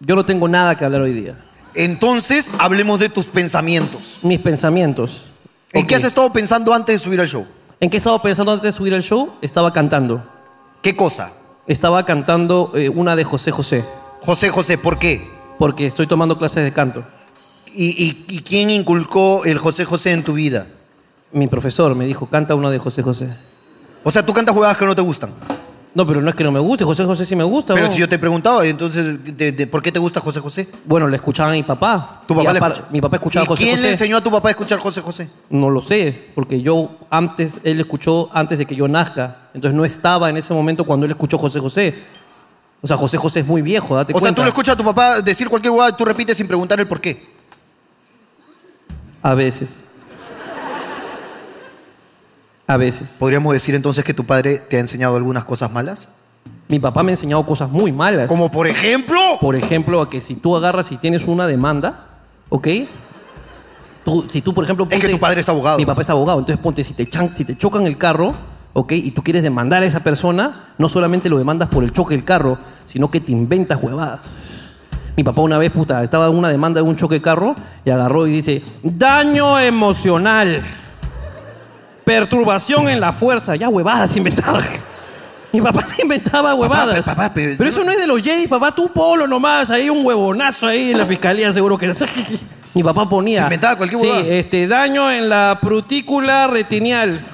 Yo no tengo nada que hablar hoy día. Entonces, hablemos de tus pensamientos. Mis pensamientos. ¿En Ok. qué has estado pensando antes de subir al show? ¿En qué estaba pensando antes de subir al show? Estaba cantando. ¿Qué cosa? Estaba cantando eh, una de José José, José José, ¿por qué? porque estoy tomando clases de canto. ¿Y, y- y quién inculcó el José José en tu vida? Mi profesor me dijo, canta una de José José. O sea, tú cantas jugadas que no te gustan. No, pero no es que no me guste, José José sí me gusta. Pero ¿no? si yo te preguntaba, entonces, de- de- ¿por qué te gusta José José? Bueno, le escuchaba a mi papá. Tu papá Y le apar- escucha. Mi papá escuchaba ¿Y a José ¿Quién José. le enseñó a tu papá a escuchar José José? No lo sé, porque yo antes, él escuchó antes de que yo nazca. Entonces no estaba en ese momento cuando él escuchó José José. O sea, José José es muy viejo, date O sea, cuenta. tú le escuchas a tu papá decir cualquier jugada y tú repites sin preguntar el por qué. A veces. A veces. ¿Podríamos decir entonces que tu padre te ha enseñado algunas cosas malas? Mi papá me ha enseñado cosas muy malas. Como por ejemplo. Por ejemplo, a que si tú agarras y tienes una demanda, ¿ok? Tú- si tú, por ejemplo, Es que tu padre es abogado. Mi papá es abogado, entonces ponte, si te, chan- si te chocan el carro, ¿ok? Y tú quieres demandar a esa persona, no solamente lo demandas por el choque del carro, sino que te inventas huevadas. Mi papá una vez, puta, estaba en una demanda de un choque de carro y agarró y dice, daño emocional, perturbación en la fuerza, ya huevadas inventaba. Mi papá se inventaba huevadas. pe- papá, pe- pero eso no es de los Jedi, papá, tú polo nomás, ahí un huevonazo ahí en la fiscalía seguro que... Mi papá ponía... Se inventaba cualquier Sí, huevada. este, daño en la prutícula retinial.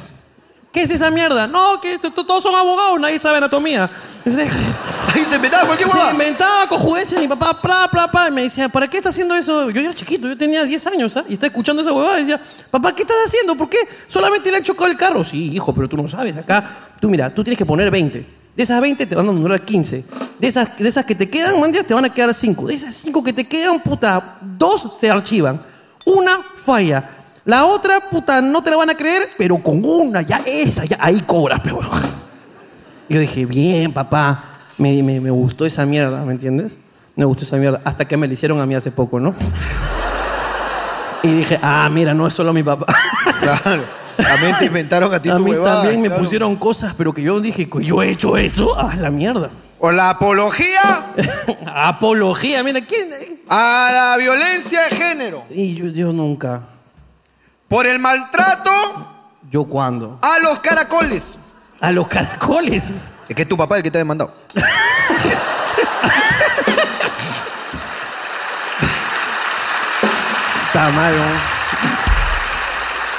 ¿Qué es esa mierda? No, que t- t- todos son abogados, nadie sabe anatomía. Ahí se inventaba cualquier Se jugada. inventaba con juguetes, mi papá, pra, pra, pra, y me decía, ¿para qué está haciendo eso? Yo era chiquito, yo tenía 10 años, ¿ah? Y estaba escuchando esa huevada y decía, papá, ¿qué estás haciendo? ¿Por qué solamente le han chocado el carro? Sí, hijo, pero tú no sabes, acá, tú mira, tú tienes que poner 20. De esas 20 te van a durar 15. De esas, de esas que te quedan, mandías, te van a quedar 5. De esas 5 que te quedan, puta, dos se archivan. Una falla. La otra, puta, no te la van a creer, pero con una, ya esa, ya ahí cobras, pero... Y yo dije, bien, papá, me, me- me gustó esa mierda, ¿me entiendes? Me gustó esa mierda, hasta que me la hicieron a mí hace poco, ¿no? Y dije, ah, mira, no es solo mi papá. Claro. También te inventaron a ti a tu mí huevada, también me claro. pusieron cosas, pero que yo dije, "Co- yo he hecho eso, ah, la mierda. O la apología Apología, mira, ¿quién? a la violencia de género. Y yo, yo nunca. Por el maltrato ¿Yo cuándo? a los caracoles. A los caracoles. Es que es tu papá el que te ha demandado. Está mal,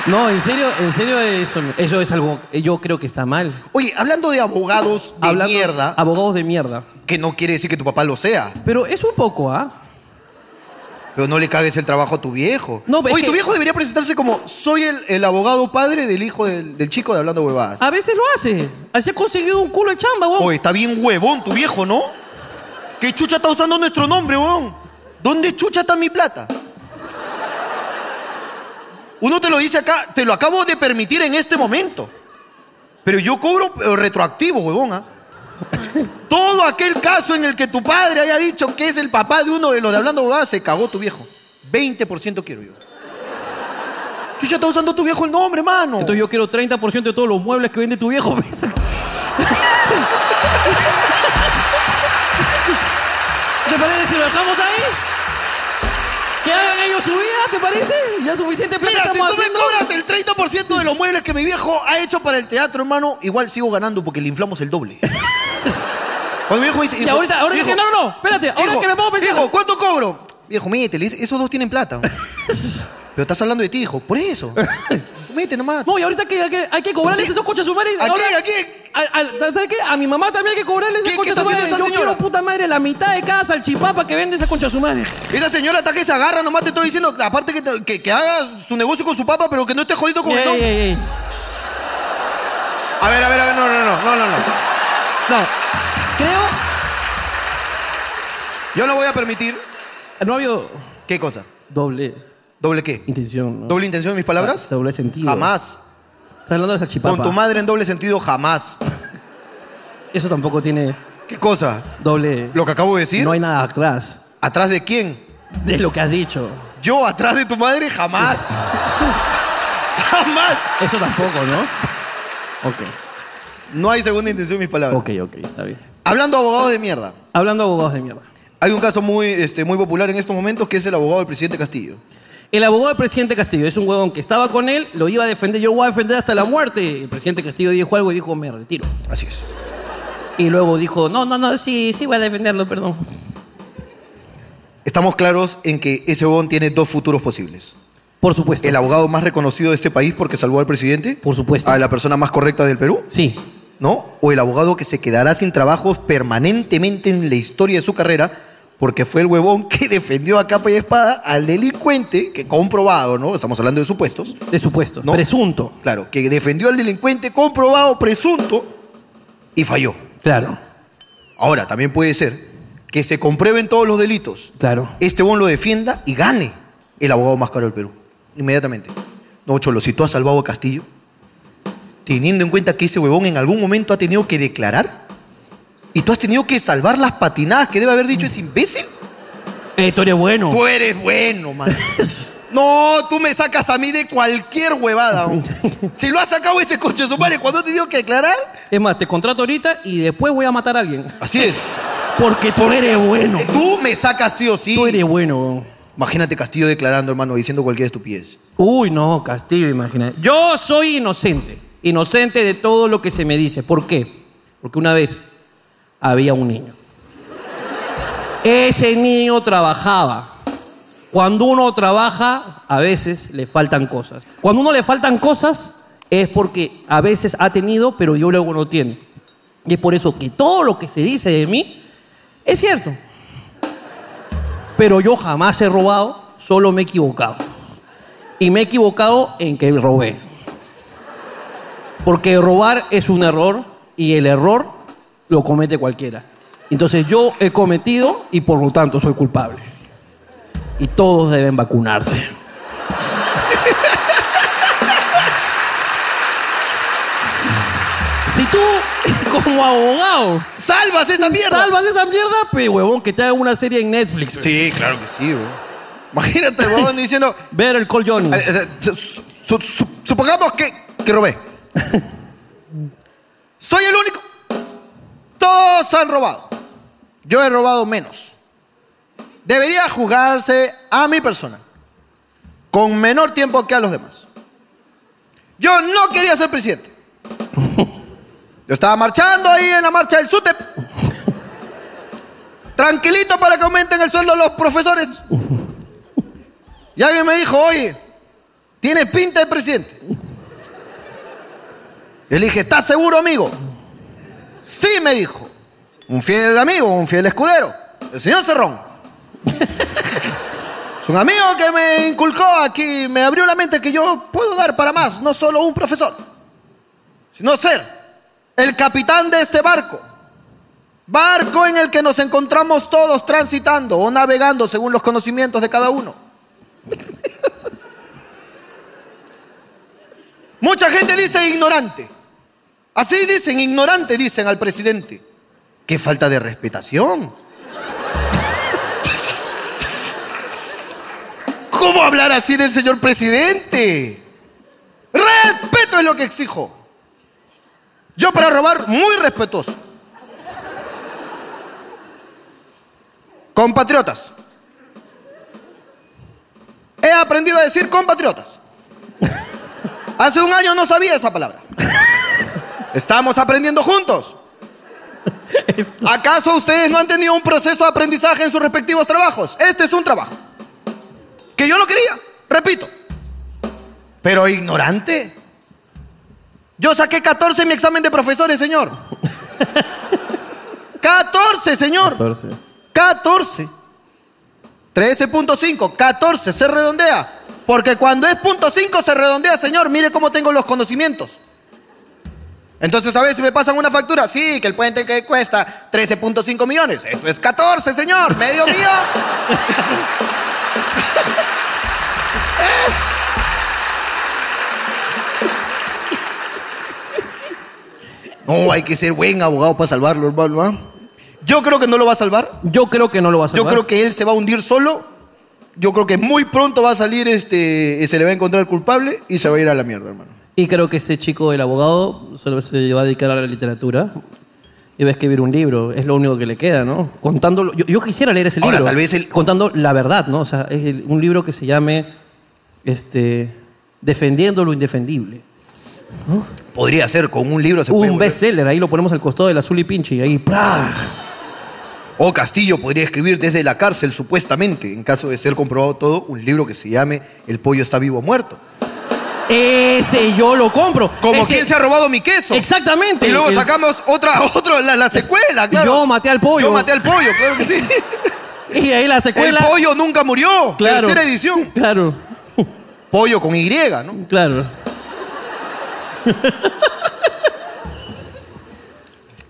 ¿no? No, en serio, en serio, eso, eso es algo, yo creo que está mal. Oye, hablando de abogados de Hablando- mierda, Abogados de mierda. que no quiere decir que tu papá lo sea, Pero es un poco, ¿ah? pero no le cagues el trabajo a tu viejo. No, pero Oye, es tu que- viejo debería presentarse como soy el, el abogado padre del hijo del, del chico de Hablando Huevadas. A veces lo hace. Así ha conseguido un culo de chamba, weón. Oye, está bien huevón tu viejo, ¿no? ¿Qué chucha está usando nuestro nombre, huevón? ¿Dónde chucha está mi plata? Uno te lo dice acá, te lo acabo de permitir en este momento. Pero yo cobro eh, retroactivo, huevón, ¿ah? Todo aquel caso en el que tu padre haya dicho que es el papá de uno de los de Hablando Huevadas, se cagó tu viejo. 20% quiero yo. Chucha está usando tu viejo el nombre, mano. Entonces yo quiero 30% de todos los muebles que vende tu viejo. pues. ¿Te parece si lo dejamos ahí? Que hagan ellos su vida, ¿te parece? Ya suficiente plata Mira, si tú estamos haciendo. me cobras el 30% de los muebles que mi viejo ha hecho para el teatro, hermano, igual sigo ganando porque le inflamos el doble. Cuando mi viejo me dice. Y ahorita, ahora que no, no, no, espérate, ahora hijo, que me pongo a pensar. Hijo, ¿cuánto cobro? Viejo, mete, le dice, esos dos tienen plata. Pero estás hablando de ti, hijo, por eso. Mete nomás. No, y ahorita que, que hay que cobrarles esos coches a su madre. ¿A ahora- quién? ¿A quién? A, al- ¿Sabes qué? A mi mamá también hay que cobrarle ¿Qué- esos qué coches a está su madre. haciendo esa Yo quiero, señora? puta madre, la mitad de cada salchipapa que vende esa concha a su madre. Esa señora está que se agarra, nomás te estoy diciendo, aparte que, te- que, que haga su negocio con su papá, pero que no esté jodido con el Ey, nombre. ey, ey. A ver, a ver, a ver, no, no, no, no, no, no. No, creo... Yo no voy a permitir. No ha habido ¿Qué cosa? doble ¿Doble qué? intención. ¿no? ¿Doble intención en mis palabras? Doble sentido. Jamás. Estás hablando de salchipapa. Con tu madre en doble sentido, jamás. Eso tampoco tiene ¿Qué cosa? doble. ¿Lo que acabo de decir? No hay nada atrás ¿Atrás de quién? de lo que has dicho. ¿Yo atrás de tu madre? Jamás. jamás. Eso tampoco, ¿no? Ok, No hay segunda intención en mis palabras. ok, ok, está bien. Hablando de abogados de mierda. Hablando de abogados de mierda. Hay un caso muy, este, muy popular en estos momentos que es el abogado del presidente Castillo. El abogado del presidente Castillo es un huevón que estaba con él, lo iba a defender, yo lo voy a defender hasta la muerte. El presidente Castillo dijo algo y dijo, me retiro. Así es. Y luego dijo, no, no, no, sí, sí voy a defenderlo, perdón. Estamos claros en que ese huevón tiene dos futuros posibles. Por supuesto. El abogado más reconocido de este país porque salvó al presidente. Por supuesto. A la persona más correcta del Perú. Sí, ¿no? O el abogado que se quedará sin trabajos permanentemente en la historia de su carrera porque fue el huevón que defendió a capa y espada al delincuente, que comprobado, ¿no? Estamos hablando de supuestos. de supuesto. No. Presunto. Claro, que defendió al delincuente comprobado, presunto, y falló. Claro, Ahora, también puede ser que se comprueben todos los delitos. claro. Este huevón lo defienda y gane el abogado más caro del Perú. Inmediatamente. No, Cholo, si tú has salvado a Castillo, teniendo en cuenta que ese huevón en algún momento ha tenido que declarar y tú has tenido que salvar las patinadas que debe haber dicho ese imbécil. Eh, tú eres bueno. Tú eres bueno, man. No, tú me sacas a mí de cualquier huevada. hombre. Si lo has sacado ese coche, su madre, cuando te digo que declarar. Es más, te contrato ahorita y después voy a matar a alguien. Así es. Porque eh, tú eres bueno. Eh, Tú me sacas sí o sí. Tú eres bueno. huevón. Imagínate Castillo declarando, hermano, diciendo cualquier estupidez. Uy, no, Castillo, imagínate. Yo soy inocente. Inocente de todo lo que se me dice. ¿Por qué? Porque una vez había un niño. Ese niño trabajaba. Cuando uno trabaja, a veces le faltan cosas. Cuando uno le faltan cosas, es porque a veces ha tenido, pero yo luego no tiene. Y es por eso que todo lo que se dice de mí es cierto. Pero yo jamás he robado, solo me he equivocado. Y me he equivocado en que robé. Porque robar es un error y el error lo comete cualquiera. Entonces yo he cometido y por lo tanto soy culpable. Y todos deben vacunarse. Si tú, como abogado, ¡Salvas esa mierda! salvas esa mierda, pe huevón, que te haga una serie en Netflix. ver Sí, claro que sí, güey. Imagínate, huevón, diciendo. Ver el Call Johnny. eh, eh, su- su- su- supongamos que, que robé. Soy el único. Todos han robado. Yo he robado menos. Debería juzgarse a mi persona. Con menor tiempo que a los demás. Yo no quería ser presidente. Yo estaba marchando ahí en la marcha del SUTEP. Tranquilito para que aumenten el sueldo los profesores. Y alguien me dijo, oye, tienes pinta de presidente. Yo le dije, ¿estás seguro, amigo? Sí, me dijo. Un fiel amigo, un fiel escudero. El señor Cerrón. Es un amigo que me inculcó aquí, me abrió la mente que yo puedo dar para más, no solo un profesor, sino ser el capitán de este barco. Barco en el que nos encontramos todos transitando o navegando según los conocimientos de cada uno. Mucha gente dice ignorante. Así dicen, ignorante dicen al presidente. Qué falta de respetación. ¿Cómo hablar así del señor presidente? Respeto es lo que exijo. Yo para robar, muy respetuoso. Compatriotas. He aprendido a decir compatriotas. Hace un año no sabía esa palabra. Estamos aprendiendo juntos. ¿Acaso ustedes no han tenido un proceso de aprendizaje en sus respectivos trabajos? Este es un trabajo. Que yo no quería, repito. Pero ignorante. Yo saqué 14 en mi examen de profesores, señor. 14, señor. 14. 13.5, 14, se redondea. Porque cuando es punto .5 se redondea, señor. Mire cómo tengo los conocimientos. Entonces, a veces me pasan una factura. Sí, que el puente que cuesta 13.5 millones. Eso es 14, señor. Medio mío. No, hay que ser buen abogado para salvarlo, hermano. ¿ah? Yo creo que no lo va a salvar. Yo creo que no lo vas a Yo creo que él se va a hundir solo. Yo creo que muy pronto va a salir este. Se le va a encontrar culpable y se va a ir a la mierda, hermano. Y creo que ese chico, el abogado, solo se va a dedicar a la literatura. Iba a escribir un libro, es lo único que le queda, ¿no? Contando, yo, yo quisiera leer ese Ahora, libro. tal vez el- Contando la verdad, ¿no? O sea, es el- un libro que se llame este, Defendiendo lo Indefendible. Podría ser, con un libro se puede Un volver. bestseller, ahí lo ponemos al costado del azul y pinche, y ahí ¡pra! O Castillo podría escribir desde la cárcel, supuestamente, en caso de ser comprobado todo, un libro que se llame El pollo está vivo o muerto. Ese yo lo compro. Como Ese- quien se ha robado mi queso. Exactamente. Y luego El- sacamos otra, otro, la, la secuela, claro. Yo maté al pollo. Yo maté al pollo, claro que sí. Y ahí la El secuela. pollo nunca murió. Claro. Tercera edición. Claro, Pollo con Y, ¿no? claro.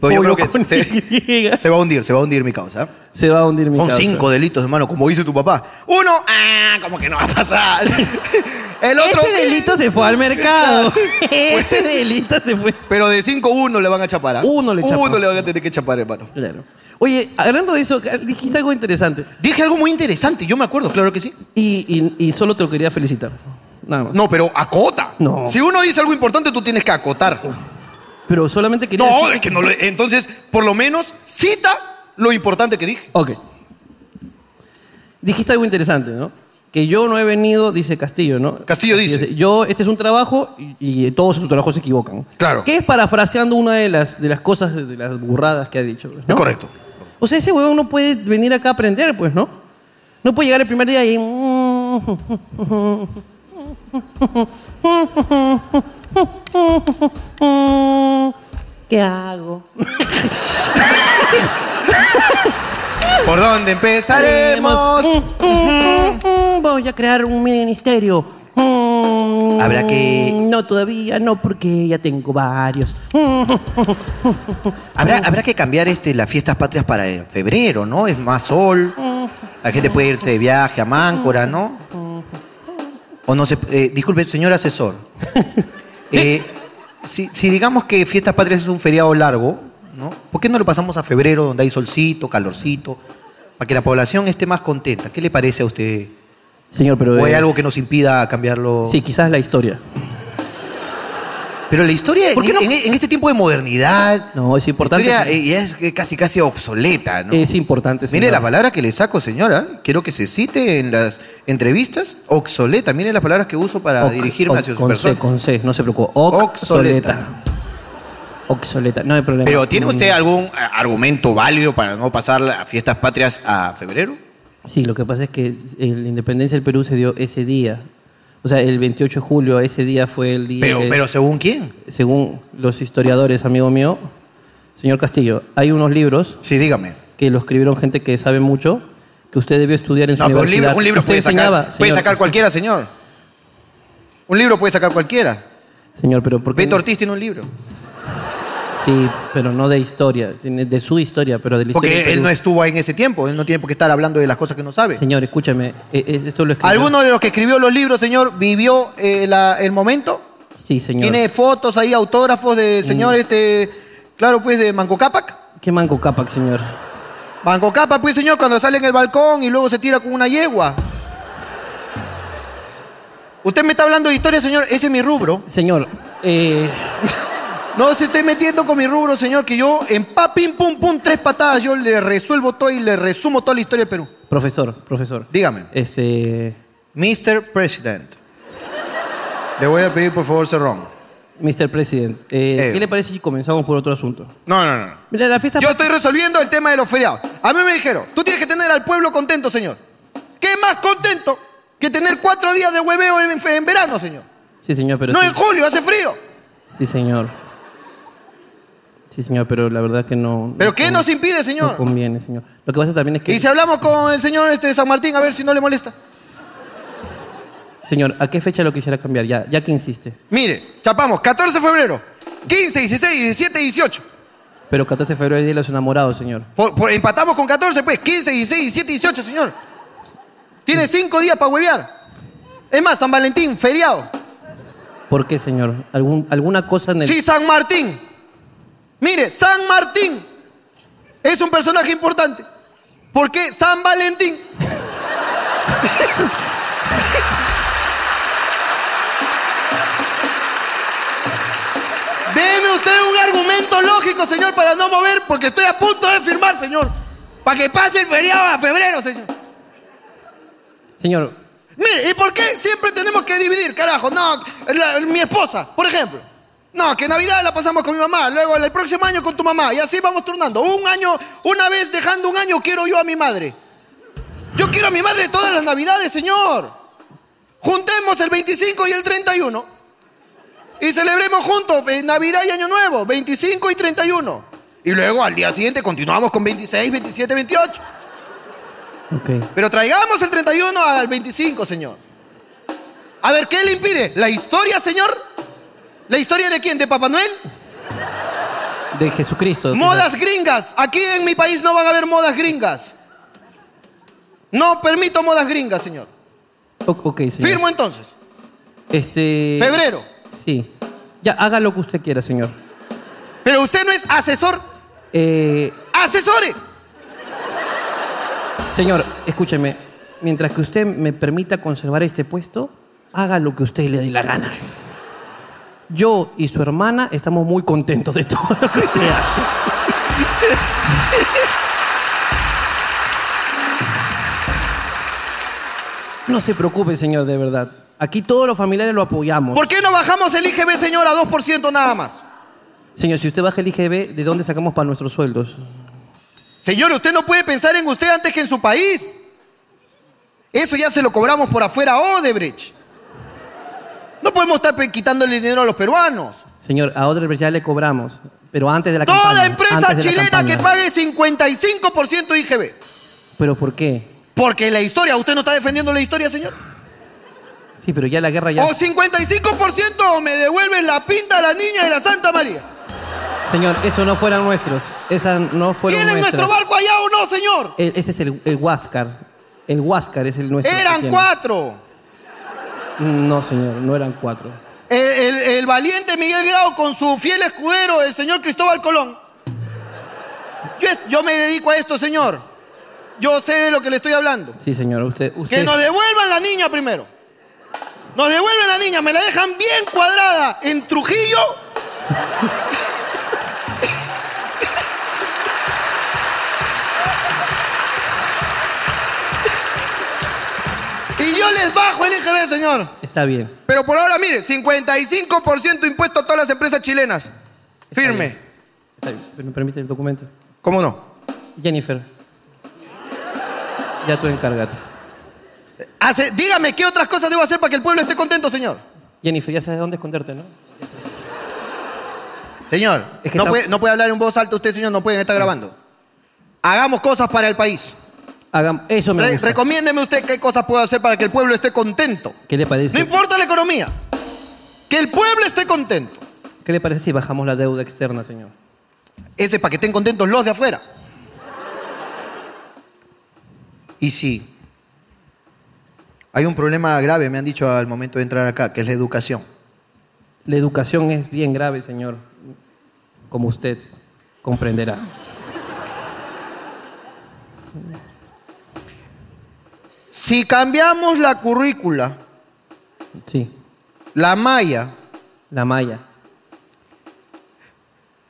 Pero yo Pollo creo que con se, Y. se va a hundir, se va a hundir mi causa. Se va a hundir mi Son causa. cinco delitos, hermano, como dice tu papá. Uno, ah, como que no va a pasar. El otro. Este delito se fue al mercado. este delito se fue. Pero de cinco, uno le van a chapar. ¿ah? Uno le chapa. Uno le van a tener que chapar, hermano. Claro. Oye, hablando de eso, dijiste algo interesante. Dije algo muy interesante, yo me acuerdo, claro que sí. Y, y- y solo te lo quería felicitar. Nada más. No, pero acota. No. Si uno dice algo importante, tú tienes que acotar. Pero solamente quería. No, decir- es que no lo. Entonces, por lo menos, cita lo importante que dije. Ok. Dijiste algo interesante, ¿no? Que yo no he venido, dice Castillo, ¿no? Castillo dice. Yo, este es un trabajo y, y todos en tu trabajo se equivocan. Claro. Que es parafraseando una de las, de las cosas, de las burradas que ha dicho. ¿no? Es correcto. O sea, ese huevón no puede venir acá a aprender, pues, ¿no? No puede llegar el primer día y... mm, ¿Qué hago? ¿Por dónde empezaremos? mm, Voy a crear un ministerio. Mm, Habrá que- No, todavía no, porque ya tengo varios. Habrá, habrá que cambiar este, las fiestas patrias para eh, febrero, ¿no? Es más sol. La gente puede irse de viaje a Máncora, ¿no? O no se. eh, disculpe, señor asesor. Eh, si, si digamos que fiestas patrias es un feriado largo, ¿no? ¿Por qué no lo pasamos a febrero donde hay solcito, calorcito? Para que la población esté más contenta. ¿Qué le parece a usted? Señor, pero... ¿O hay eh, algo que nos impida cambiarlo? Sí, quizás la historia. Pero la historia en, ¿Por qué no- en- en este tiempo de modernidad. No, es importante. La historia eh, ya es eh, casi casi obsoleta, ¿no? Es importante, señor. Mire la palabra que le saco, señora. Quiero que se cite en las entrevistas. Oxoleta. Mire las palabras que uso para Oc- dirigirme oc- hacia su con persona. C, con C, no se preocupe. Oxoleta. Oxoleta. Oxoleta, no hay problema. Pero ¿tiene Mm, usted algún eh, argumento válido para no pasar las fiestas patrias a febrero? Sí, lo que pasa es que el- la independencia del Perú se dio ese día. O sea, el 28 de julio, ese día fue el día. Pero, que- pero según quién? Según los historiadores, amigo mío, señor Castillo, hay unos libros Sí, dígame. que lo escribieron gente que sabe mucho, que usted debió estudiar en su No, pero un universidad. libro, un libro Usted puede sacar. enseñaba, Puede señor, sacar cualquiera, señor. Un libro puede sacar cualquiera. Señor, pero ¿por qué Beto no? Ortiz tiene un libro. Sí, pero no de historia, tiene- de su historia, pero de la historia. del Porque él Perú. no estuvo ahí en ese tiempo. Él no tiene por qué estar hablando de las cosas que no sabe. Señor, escúchame, eh, eh, esto lo escribió. ¿Alguno de los que escribió los libros, señor, vivió eh, la- el momento? Sí, señor. Mm. Tiene fotos ahí, autógrafos de señor, este, claro, pues de Manco Cápac. ¿Qué manco capac, señor? Manco Cápac, pues señor, cuando sale en el balcón y luego se tira con una yegua. Usted me está hablando de historia, señor, ese es mi rubro. Señor, eh, No se esté metiendo con mi rubro, señor, que yo en pa, pim, pum, pum, tres patadas, yo le resuelvo todo y le resumo toda la historia de Perú. profesor, profesor. Dígame. Este, Mr. President. Le voy a pedir, por favor, cerrón. Mr. President, eh, Eh. ¿qué le parece si comenzamos por otro asunto? No, no, no. no. Mira, la fiesta... Yo estoy resolviendo el tema de los feriados. A mí me dijeron, tú tienes que tener al pueblo contento, señor. ¿Qué más contento que tener cuatro días de hueveo en, en verano, señor? Sí, señor, pero... no sí. en julio, hace frío. Sí, señor. Sí, señor, pero la verdad que no... ¿Pero qué con- nos impide, señor? No conviene, señor. Lo que pasa también es que... y si hablamos con el señor este, de San Martín, a ver si no le molesta. Señor, ¿a qué fecha lo quisiera cambiar? Ya, ya que insiste. Mire, chapamos, 14 de febrero, 15, 16, 17, 18. Pero 14 de febrero es Día de los Enamorados, señor. Por- por- empatamos con 14, pues, 15, 16, 17, 18, señor. Tiene cinco días para huevear. Es más, San Valentín, feriado. ¿Por qué, señor? ¿Algún, ¿Alguna cosa en el...? Sí, San Martín. Mire, San Martín es un personaje importante. ¿Por qué San Valentín? Deme usted un argumento lógico, señor, para no mover, porque estoy a punto de firmar, señor. Para que pase el feriado a febrero, señor. Señor, Mire, ¿y por qué siempre tenemos que dividir, carajo? No, la- mi esposa, por ejemplo. No, que Navidad la pasamos con mi mamá, luego el próximo año con tu mamá, y así vamos turnando. Un año, una vez dejando un año, quiero yo a mi madre. Yo quiero a mi madre todas las Navidades, señor. Juntemos el 25 y el 31. Y celebremos juntos eh, Navidad y Año Nuevo, 25 y 31. Y luego al día siguiente continuamos con 26, 27, 28. ok. Pero traigamos el 31 al 25, señor. A ver, ¿qué le impide? ¿La historia, señor? ¿La historia de quién? ¿De Papá Noel? De Jesucristo. Modas gringas. Aquí en mi país no van a haber modas gringas. No permito modas gringas, señor. O- ok, señor. Firmo entonces. Este. Febrero. Sí. Ya, haga lo que usted quiera, señor. Pero usted no es asesor. Eh, ¡Asesore! señor, escúcheme. Mientras que usted me permita conservar este puesto, haga lo que usted le dé la gana. Yo y su hermana estamos muy contentos de todo lo que usted hace. No se preocupe, señor, de verdad. Aquí todos los familiares lo apoyamos. ¿Por qué no bajamos el IGB, señor, a 2% nada más? Señor, si usted baja el IGB, ¿de dónde sacamos para nuestros sueldos? Señor, usted no puede pensar en usted antes que en su país. Eso ya se lo cobramos por afuera a Odebrecht. No podemos estar pe- quitándole dinero a los peruanos. Señor, a Odebrecht ya le cobramos, pero antes de la Toda campaña. empresa antes de la chilena campaña. que pague 55% IGB. ¿Pero por qué? Porque la historia, ¿usted no está defendiendo la historia, señor? Sí, pero ya la guerra ya... O 55% o me devuelven la pinta a la niña de la Santa María. Señor, eso no fueran nuestros. Esas no fueron ¿Tienen nuestras. nuestro barco allá o no, señor? E- Ese es el, el Huáscar. El Huáscar es el nuestro. que Eran tiene. Mm, cuatro. No, señor, no eran cuatro. El, el- el valiente Miguel Grau con su fiel escudero, el señor Cristóbal Colón. Yo, es- yo me dedico a esto, señor. Yo sé de lo que le estoy hablando. Sí, señor, usted... usted Que nos devuelvan la niña primero. Nos devuelven la niña, me la dejan bien cuadrada en Trujillo. y yo les bajo el IGB, señor. Está bien. Pero por ahora, mire, 55% impuesto a todas las empresas chilenas. Firme. Está bien. ¿Me permite el documento? ¿Cómo no? Jennifer. Ya tú encárgate. Hace- dígame, ¿qué otras cosas debo hacer para que el pueblo esté contento, señor? Jennifer, ya sabes dónde esconderte, ¿no? Señor, Es que no, está- puede, no puede hablar en voz alta usted, señor, no pueden estar grabando. Hagamos cosas para el país. Hagam... Eso me Re- gusta. recomiéndeme usted qué cosas puedo hacer para que el pueblo esté contento. ¿Qué le No parece? importa la economía. Que el pueblo esté contento. ¿Qué le parece si bajamos la deuda externa, señor? Ese es para que estén contentos los de afuera. Y sí, hay un problema grave, me han dicho al momento de entrar acá, que es la educación. La educación es bien grave, señor. Como usted comprenderá. Si cambiamos la currícula, Sí, la malla, la malla.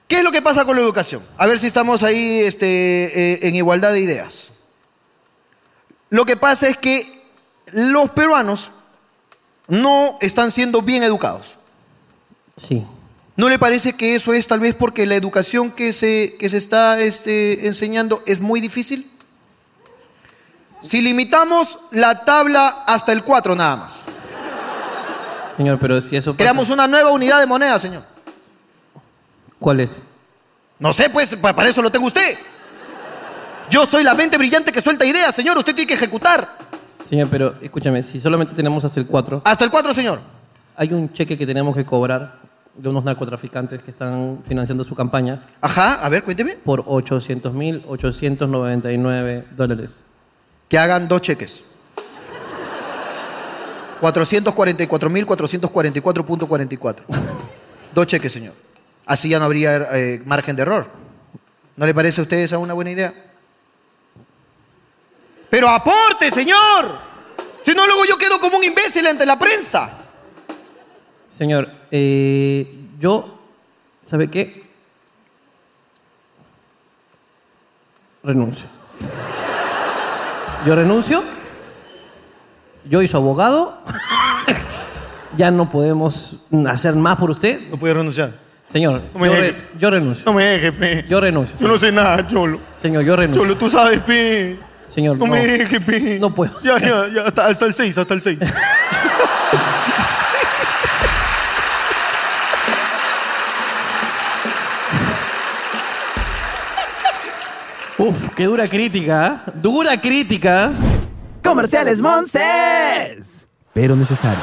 ¿qué es lo que pasa con la educación? A ver si estamos ahí este, eh, en igualdad de ideas. Lo que pasa es que los peruanos no están siendo bien educados. Sí. ¿No le parece que eso es tal vez porque la educación que se, que se está este, enseñando es muy difícil? Si limitamos la tabla hasta el 4 nada más, Señor, pero si eso pasa, creamos una nueva unidad de moneda, señor. ¿Cuál es? No sé, pues pa- para eso lo tengo usted. Yo soy la mente brillante que suelta ideas, señor. Usted tiene que ejecutar. Señor, pero escúchame, si solamente tenemos hasta el 4, Hasta el 4, señor. hay un cheque que tenemos que cobrar de unos narcotraficantes que están financiando su campaña Ajá, a ver, cuénteme. por 800.899 dólares. Que hagan dos cheques. 444.444.44. Dos cheques, señor. Así ya no habría eh, margen de error. ¿No le parece a ustedes esa una buena idea? Pero aporte, señor. Si no, luego yo quedo como un imbécil ante la prensa. Señor, eh, yo, ¿sabe qué? renuncio. Yo renuncio. Yo y su abogado. ya no podemos hacer más por usted. No puede renunciar. Señor, No me yo, llegue. re- yo renuncio. No me dejes, pe. Yo renuncio. Yo no sé nada, Cholo. Señor, yo renuncio. Cholo, tú sabes, pe. Señor, No, no. me dejes, pe. No puedo. Ya, ya, ya. Hasta, hasta el 6, hasta el 6. Uf, qué dura crítica. ¿eh? Dura crítica. Comerciales Monses. Pero necesario.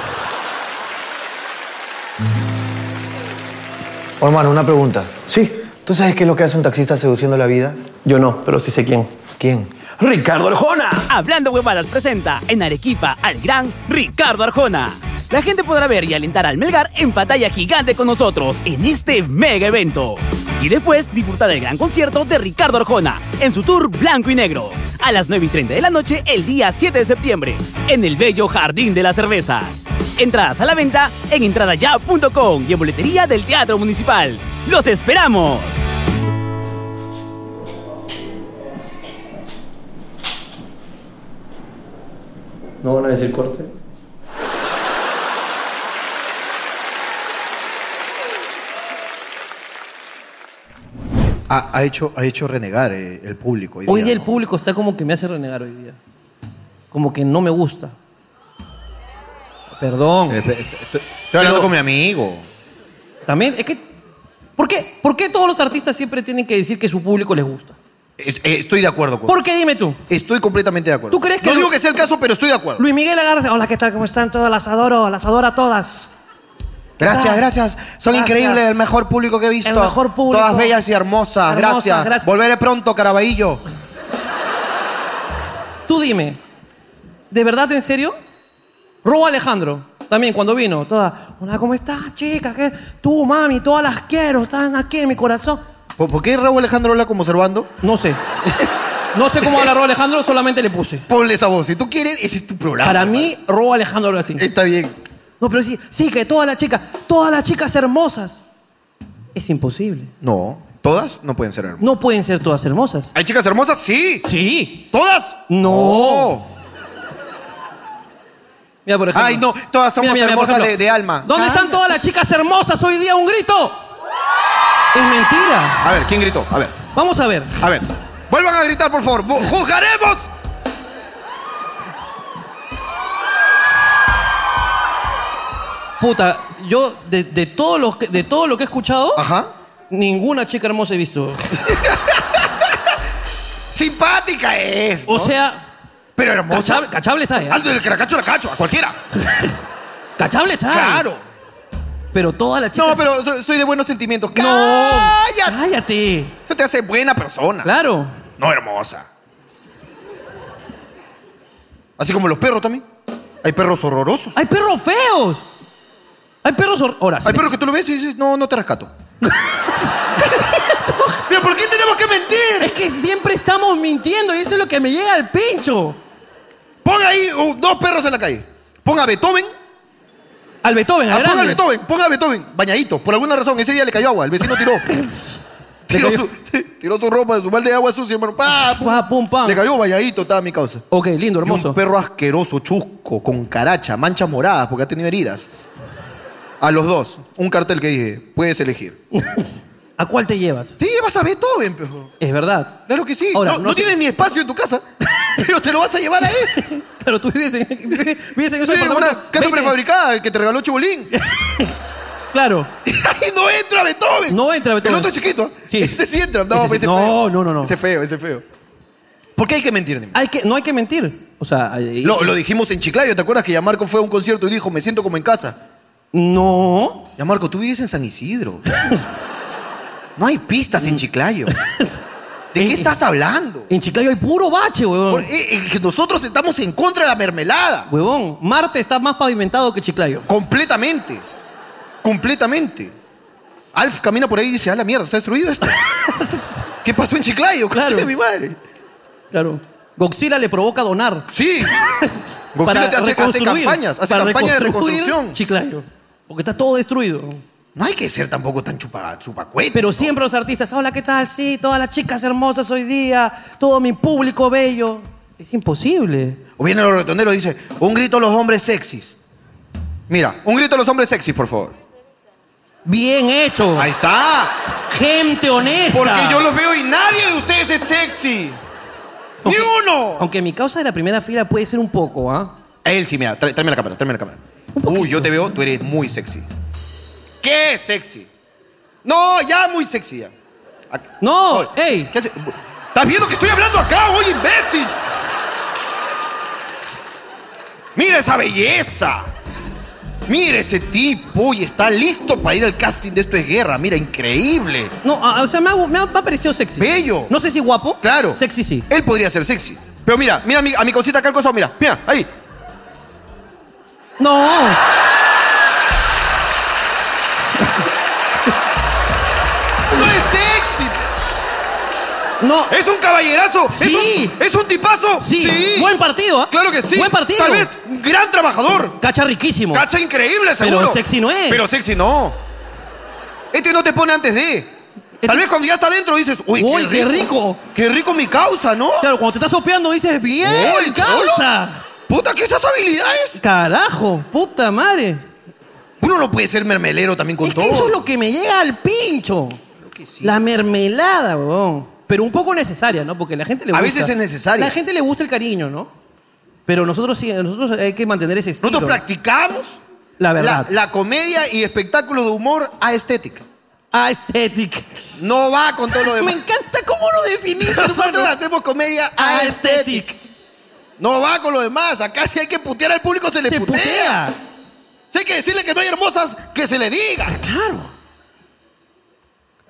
Oh, Hermano, una pregunta. Sí. ¿Tú sabes qué es lo que hace un taxista seduciendo la vida? Yo no, pero sí sé quién. ¿Quién? Ricardo Arjona. Hablando Huevadas presenta en Arequipa al gran Ricardo Arjona. La gente podrá ver y alentar al Melgar en pantalla gigante con nosotros en este mega evento. Y después disfrutar del gran concierto de Ricardo Arjona en su tour blanco y negro. A las 9 y 30 de la noche el día 7 de septiembre en el bello Jardín de la Cerveza. Entradas a la venta en entradaya.com y en boletería del Teatro Municipal. ¡Los esperamos! ¿No van a decir corte? Ha, hecho, ha hecho renegar eh, el público. Hoy, Hoy día el público está como que me hace renegar hoy día. Como que no me gusta. Perdón. Eh, Estoy hablando con mi amigo. También, es que. ¿Por qué? ¿Por qué todos los artistas siempre tienen que decir que su público les gusta? Es- eh, Estoy de acuerdo con ¿Por qué dime tú? Estoy completamente de acuerdo. ¿Tú crees que No lo- digo que sea el caso, pero estoy de acuerdo. Luis Miguel agarra. Hola, ¿qué tal? ¿Cómo están? Todas las adoro, las adoro a todas. Gracias, Ah, gracias. Son gracias. increíbles, el mejor público que he visto. El mejor público. Todas bellas y Hermosas, hermosas. gracias. gracias. Volveré pronto, Caraballo. Tú dime, ¿de verdad, en serio? Robo Alejandro, también cuando vino, toda, hola, ¿cómo estás, chicas? ¿Qué? Tú, mami, todas las quiero, están aquí en mi corazón. ¿Por, por qué Raúl Alejandro habla como Servando? No sé. No sé cómo habla Robo Alejandro, solamente le puse. Ponle esa voz. Si tú quieres, ese es tu programa. Para mí, Robo Alejandro habla así. Está bien. No, pero sí, sí, que todas las chicas, todas las chicas hermosas. Es imposible. No, todas no pueden ser hermosas. No pueden ser todas hermosas. ¿Hay chicas hermosas? Sí. Sí. ¿Todas? Oh. No. Mira, por ejemplo. Ay, no, todas somos por hermosas ejemplo. de- de alma. Ah. ¿Dónde están todas las chicas hermosas hoy día? ¡Un grito! Es mentira. A ver, ¿quién gritó? A ver, Vamos a ver. a ver. Vuelvan a gritar, por favor. Bu- ¡Juzgaremos! Puta, yo de, de, todo, lo que, de todo lo que he escuchado, Ajá. ninguna chica hermosa he visto. Simpática es. O sea, Pero hermosa. cachab- cachables hay. ¿ah? Aldo del que la cacho, la cacho. A cualquiera. Cachables hay. Claro. Pero todas las chicas. No, pero so- soy de buenos sentimientos. No. ¡Cállate! Cállate. Eso te hace buena persona. Claro. No hermosa. Así como los perros también. Hay perros horrorosos. Hay perros feos. Hay perros. hor- Ahora, Hay Ah, sí. perros que tú lo ves y dices, no, no te rescato. ¿Pero por qué tenemos que mentir? Es que siempre estamos mintiendo y eso es lo que me llega al pincho. Pon ahí uh, dos perros en la calle. Pon a Beethoven. Al Beethoven, al Ah, pon a grande. Beethoven. Pon a Beethoven. Bañadito. Por alguna razón, ese día le cayó agua. El vecino tiró. tiró, su, tiró su ropa de su balde de agua sucia, hermano. Pa, pum. Pa, pum, pam. Le cayó bañadito, estaba mi causa. Ok, lindo, Ah. Y un hermoso. perro asqueroso, chusco, con caracha, manchas moradas, porque ha tenido heridas. A los dos, un cartel que dije, puedes elegir. ¿A cuál te llevas? Te llevas a Beethoven, perro. Es verdad. Claro que sí. Ahora, no no no sé- tienes ni espacio en tu casa, pero te lo vas a llevar a ese. Pero tú vives en, vives en esos Sí, departamentos. una casa 20. prefabricada que te regaló Chibolín. Claro. Ahí no entra Beethoven. No entra Beethoven. El otro es chiquito. ¿ah? Sí. Ese sí entra. No, Ese sí. pero ese No, feo. no, no, no. Ese feo, ese feo. ¿Por qué hay que mentir? Dime? Hay que, no hay que mentir. O sea, ahí- Lo, lo dijimos en Chiclayo, ¿te acuerdas que Yamarco fue a un concierto y dijo, me siento como en casa? no. Ya Marco, tú vives en San Isidro. No hay pistas en Chiclayo. ¿De qué estás hablando? En Chiclayo hay puro bache, huevón. Por- eh, eh, que nosotros estamos en contra de la mermelada. Huevón, Marte está más pavimentado que Chiclayo. Completamente. Completamente. Alf camina por ahí y dice, a la mierda, está destruido esto. ¿Qué pasó en Chiclayo? Claro. Concha de mi madre. Claro. Godzilla le provoca donar. Sí. Godzilla te hace, hace reconstruir, campañas, hace para campañas de reconstruir reconstrucción. Chiclayo. Porque está todo destruido. No hay que ser tampoco tan chupa, chupacuete. Pero siempre los artistas, hola, ¿qué tal? Sí, todas las chicas hermosas hoy día, todo mi público bello. Es imposible. O vienen los retoneros y dicen, un grito a los hombres sexys. Mira, un grito a los hombres sexys, por favor. Bien hecho. Ahí está. Gente honesta. Porque yo los veo y nadie de ustedes es sexy. ¡Ni uno! Aunque mi causa de la primera fila puede ser un poco, ¿ah? Él sí, mira, tra- tráeme la cámara, tráeme la cámara. Un poquito. Uy, yo te veo, tú eres muy sexy. ¿Qué es sexy? No, ya muy sexy ya. Ac- Oye, No, eh, ey, ¿Qué hace? ¿Estás viendo que estoy hablando acá, oye, imbécil? Mira esa belleza. Mira ese tipo y está listo para ir al casting de Esto es Guerra. Mira, increíble. no, ah, o sea, me ha, me ha- me ha parecido sexy. Bello. No sé si guapo. Claro. Sexy sí. Él podría ser sexy. Pero mira, mira a mi, a mi cosita acá al costado, mira, mira, ahí. No. No es sexy. No. Es un caballerazo. Sí. Es un, es un tipazo. Sí. Buen partido, ¿ah? Claro que sí. Buen partido. Tal vez un gran trabajador. Cacha riquísimo. Cacha increíble, Pero seguro. sexy no es. Pero sexy no. Este no te pone antes de. Tal Este- vez cuando ya está dentro dices, uy, Uy, qué rico. Qué rico mi causa, ¿no? Claro, cuando te estás sopeando dices, bien, Uy, causa. Puta, que esas habilidades. Carajo, puta madre. Uno no puede ser mermelero también con es todo. que eso es lo que me llega al pincho. La mermelada, weón. Pero un poco necesaria, ¿no? Porque la gente le A gusta. veces es necesaria. La gente le gusta el cariño, ¿no? Pero nosotros sí, nosotros hay que mantener ese estilo. Nosotros practicamos La verdad. La, la comedia y espectáculo de humor a estética. Aesthetic. No va con todo lo Me demás. encanta cómo lo definís. Nosotros hacemos comedia a este- estética. Aesthetic. No va con lo demás. Acá si hay que putear al público, se le Se putea. putea. Si hay que decirle que no hay hermosas, que se le diga. Claro.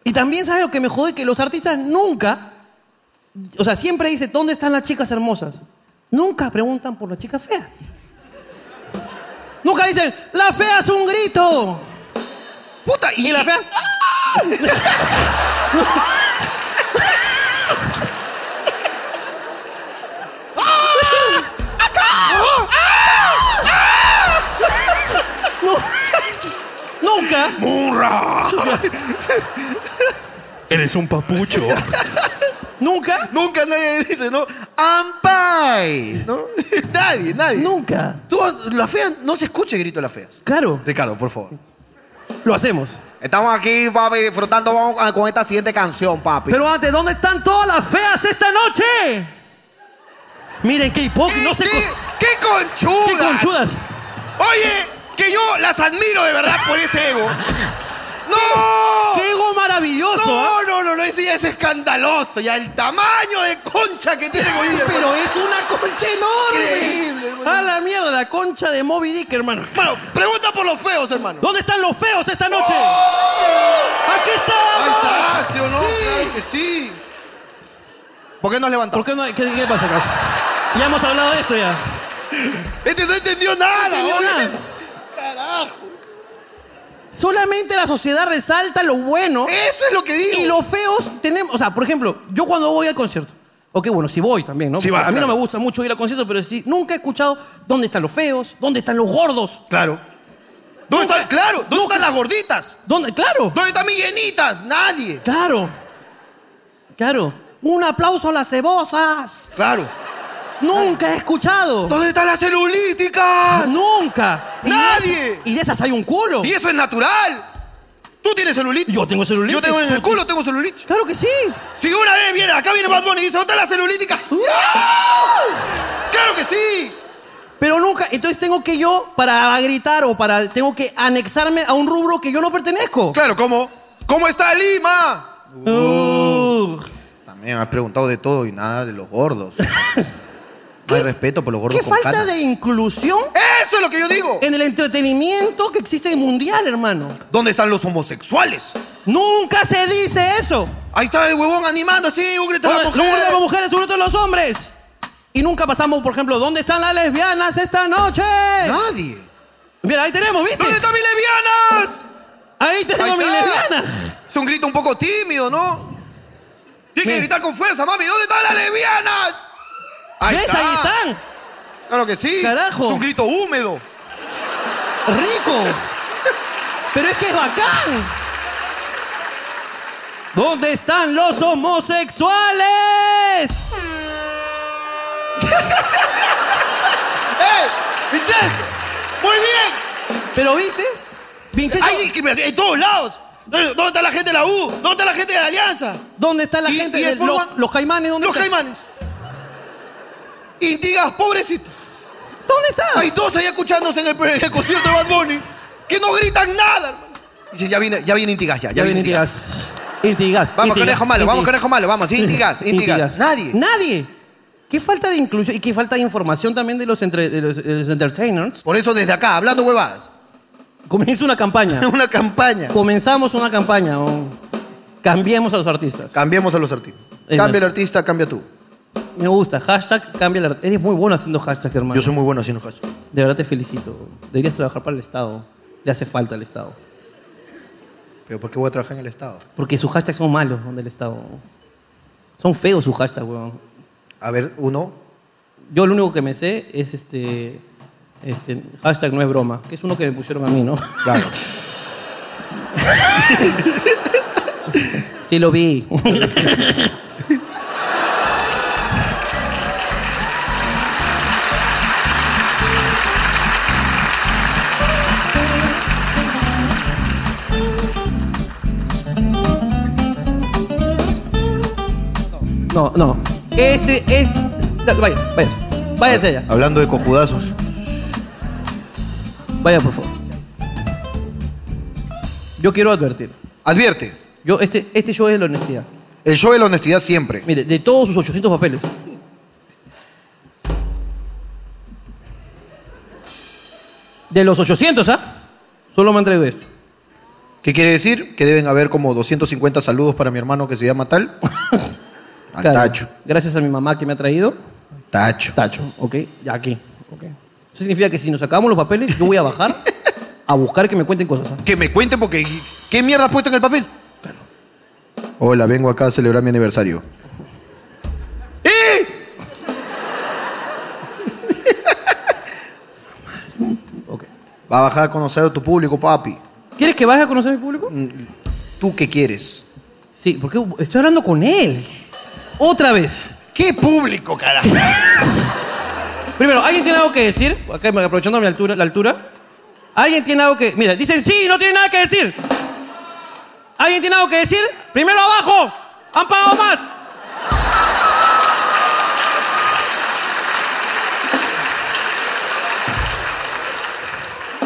Y también sabes lo que me jode que los artistas nunca, o sea, siempre dicen dónde están las chicas hermosas. Nunca preguntan por las chicas feas. Nunca dicen la fea es un grito. Puta, y, Y la fea. No. Nunca. ¡Murra! Eres un papucho. Nunca. Nunca nadie dice, ¿no? ¡Ampay! ¿No? nadie, nadie. Nunca. Tú, la fea, no se escucha el grito de la fea. Claro. Ricardo, por favor. Lo hacemos. Estamos aquí, papi, disfrutando vamos a- con esta siguiente canción, papi. Pero antes, ¿dónde están todas las feas esta noche? Miren qué hipócrita. No sé qué, co- qué conchudas! qué conchudas. Oye, que yo las admiro de verdad por ese ego. ¡No! Qué ego maravilloso. ¿ah? No, no, no, no, ese ya es escandaloso. Ya el tamaño de concha que tiene Bolivia. Pero es una concha Increíble, enorme. hermano. A la mierda, la concha de Moby Dick, hermano. Hermano, pregunta por los feos, hermano. ¿Dónde están los feos esta noche? ¡Aquí ¡Oh! Ahí estamos! está, ¿sí o no? Sí. Claro que sí. ¿Por qué no has levantado? ¿Por qué no hay- ¿Qué, qué pasa, Carlos? Ya hemos hablado de esto ya. Este no entendió nada. No entendió oye. nada. Carajo. Solamente la sociedad resalta lo bueno. Eso es lo que digo. Y los feos tenemos, o sea, por ejemplo, yo cuando voy al concierto, ok, bueno, si voy también, ¿no? Sí va, a mí claro. no me gusta mucho ir al concierto, pero sí, nunca he escuchado dónde están los feos, dónde están los gordos, Claro. ¿Dónde están? Claro, ¿dónde están las gorditas? dónde, claro, ¿Dónde están mis llenitas? Nadie. claro, claro. Un aplauso a las cebosas. Claro. Nunca he escuchado. Ah, ¿Dónde están las celulíticas? Nunca. Y de Nadie. esas- Y de esas hay un culo. Y eso es natural. Tú tienes celulitis. Yo tengo celulitis, Yo tengo en el porque- culo tengo celulitis. Claro que sí. Si una vez viene, acá viene Bad Bunny y dice, ¿dónde están las celulíticas? ¡Claro que sí! Pero nunca, entonces tengo que yo, para gritar o para, tengo que anexarme a un rubro que yo no pertenezco. Claro, ¿cómo? ¿Cómo está Lima? Ugh. También has preguntado de todo y nada de los gordos. no hay respeto por los gordos ¿Qué falta Eh, de inclusión ¡Eso es lo que yo digo! en el entretenimiento que existe mundial, hermano. ¿Dónde están los homosexuales? Nunca se dice eso. Ahí está el huevón animando, sí, un grito de la Los mujer. de las mujeres, sobre todo los hombres. Y nunca pasamos, por ejemplo, ¿dónde están las lesbianas esta noche? Nadie. Mira, ahí tenemos, ¿viste? ¿Dónde están mis lesbianas? Ahí Ahí tenemos mis está. lesbianas. Es un grito un poco tímido, ¿no? Tienes que Mira. gritar con fuerza, mami. ¿Dónde están las lesbianas? ¿Ves? Ahí están. Claro que sí. Carajo. Es un grito húmedo. Rico. Pero es que es bacán. ¿Dónde están los homosexuales? ¡Eh! ¡Vinches! ¡Muy bien! ¿Pero viste? Vincenzo, ¡Ay, que me- en todos lados! ¿Dónde dónde está la gente de la U? ¿Dónde está la gente de la Alianza? ¿dónde está la ¿Y- gente? y el de los, Pullman? los caimanes, ¿dónde Los están? caimanes. Indigas, pobrecitos. ¿Dónde están? Hay dos ahí escuchándose en el, en el concierto de Bad Bunny que no gritan nada. hermano. Dice, ya viene, ya viene Intigas, ya. ya viene Intigas. Intigas. Vamos, Intigas, conejo malo, vamos, Intigas. conejo malo, vamos. Intigas, Intigas. Nadie. Nadie. Qué falta de inclusión y qué falta de información también de los, entre- de los, de los entertainers. Por eso desde acá, hablando huevadas, Comienza una campaña. una campaña. Comenzamos una campaña. ¿no? Cambiemos a los artistas. Cambiemos a los artistas. Eh, Cambia el no. artista, cambia tú. Me gusta. Hashtag cambia el art- Eres muy bueno haciendo hashtags, hermano. Yo soy muy bueno haciendo hashtag. De verdad te felicito. Deberías trabajar para el Estado. Le hace falta al Estado. Pero ¿por qué voy a trabajar en el Estado? Porque sus hashtags son malos ¿no? del Estado. Son feos sus hashtags, weón. A ver, uno. Yo lo único que me sé es este, este hashtag no es broma, que es uno que me pusieron a mí, ¿no? Claro. Sí lo vi. No, no. Este es. Vaya, vaya. Váyase allá. Hablando de cojudazos. Vaya, por favor. Yo quiero advertir. Advierte, Yo, este, este show es la honestidad. el show de la honestidad siempre. Mire, de todos sus 800 papeles. De los 800, ¿ah? Solo me han traído esto. ¿Qué quiere decir? Que deben haber como 250 saludos para mi hermano que se llama tal. Al Claro. Tacho. Gracias a mi mamá que me ha traído. Tacho. Tacho, ¿ok? Ya aquí. ok. Eso significa que si nos sacamos los papeles, yo voy a bajar a buscar que me cuenten cosas. ¿ah? Que me cuente porque ¿qué mierda has puesto en el papel? Hola, vengo acá a celebrar mi aniversario. ¡Eh! Ok. Va a bajar a conocer a tu público, papi. ¿Quieres que vaya a conocer a mi público? Mm. ¿Tú qué quieres? Sí, porque estoy hablando con él. Otra vez. ¿Qué público, carajo? Primero, ¿alguien tiene algo que decir? Acá, aprovechando mi altura, la altura. ¿Alguien tiene algo que...? Mira, dicen sí, no tienen nada que decir. ¿Alguien tiene algo que decir? Primero abajo. Han pagado más.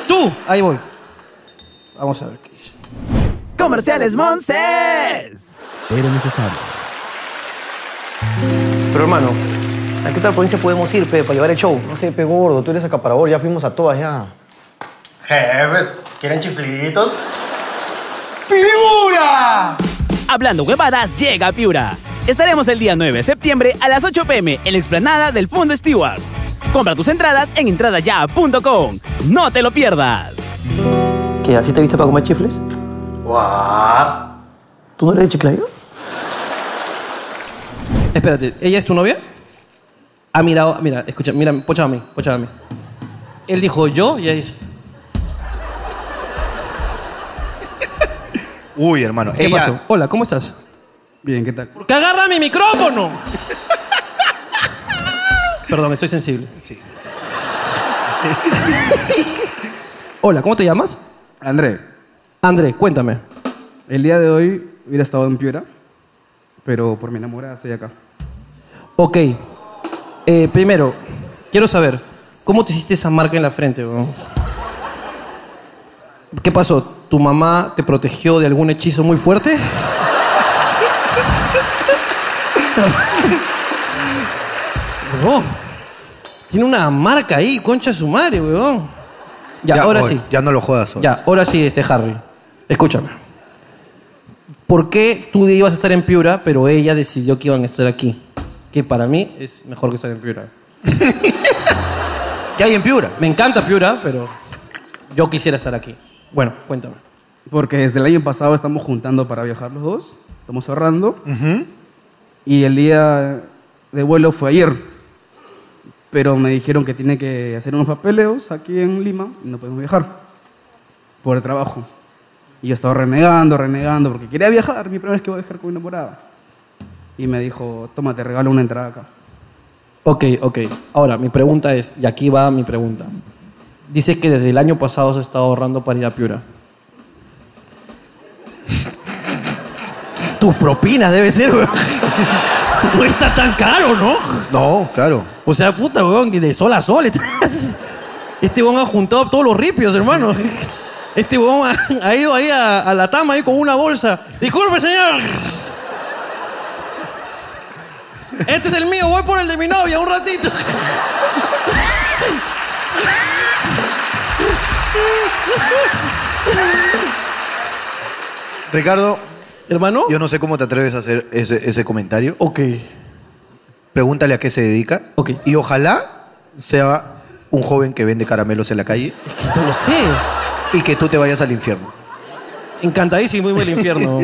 Tú. Ahí voy. Vamos a ver qué dice. Comerciales Monces. Era necesario. Pero hermano, ¿a qué otra provincia podemos ir, pe, para llevar el show? No sé, pe gordo, tú eres acaparador, ya fuimos a todas ya. Jefes, ¿quieren chiflitos? ¡Figura! Hablando huevadas, llega a Piura. Estaremos el día 9 de septiembre a las 8 pm en la explanada del Fondo Stewart. Compra tus entradas en entradaya.com. No te lo pierdas. ¿Qué? ¿Así te viste para comer chifles? ¡Guau! ¿Tú no eres de Chiclayo? Espérate, ¿ella es tu novia? Ha mirado, mira, escucha, mira, pochame, pochame. Él dijo yo y ella dice, Uy, hermano. ¿Qué ella- pasó? Hola, ¿cómo estás? Bien, ¿qué tal? ¡Que agarra mi micrófono! Perdón, estoy sensible. Sí. Hola, ¿cómo te llamas? André, André, cuéntame. el día de hoy hubiera estado en Piura, pero por mi enamorada estoy acá. Ok. Eh, primero, quiero saber, ¿cómo te hiciste esa marca en la frente? weón? ¿Qué pasó? ¿Tu mamá te protegió de algún hechizo muy fuerte? Weón, Tiene una marca ahí, concha de su madre, weón. Ya, ahora oye, sí. Ya no lo jodas. oye. Ya, ahora sí, este Harry. Escúchame. ¿Por qué tú ibas a estar en Piura, pero ella decidió que iban a estar aquí? Que para mí es mejor que estar en Piura. ¿Qué hay en Piura? Me encanta Piura, pero yo quisiera estar aquí. Bueno, cuéntame. Porque desde el año pasado estamos juntando para viajar los dos, estamos ahorrando. Y el día de vuelo fue ayer. Pero me dijeron que tiene que hacer unos papeleos aquí en Lima y no podemos viajar por el trabajo. Y yo estaba renegando, renegando, porque quería viajar, mi primera vez que voy a viajar con una morada. Y me dijo, toma, te regalo una entrada acá. Ok, ok. Ahora, mi pregunta es, y aquí va mi pregunta. Dices que desde el año pasado se está ahorrando para ir a Piura. Tus propinas debe ser, weón. No está tan caro, ¿no? No, claro. O sea, puta, weón, que de sol a sol estás. Este weón ha juntado todos los ripios, hermano. Este weón ha, ha ido ahí a, a la tama ahí con una bolsa. Disculpe, señor. Este es el mío, voy por el de mi novia un ratito. Ricardo, Hermano. yo no sé cómo te atreves a hacer ese, ese comentario. Ok. Pregúntale a qué se dedica. Ok. Y ojalá sea un joven que vende caramelos en la calle No lo sé. y que tú te vayas al infierno. Encantadísimo irme al infierno.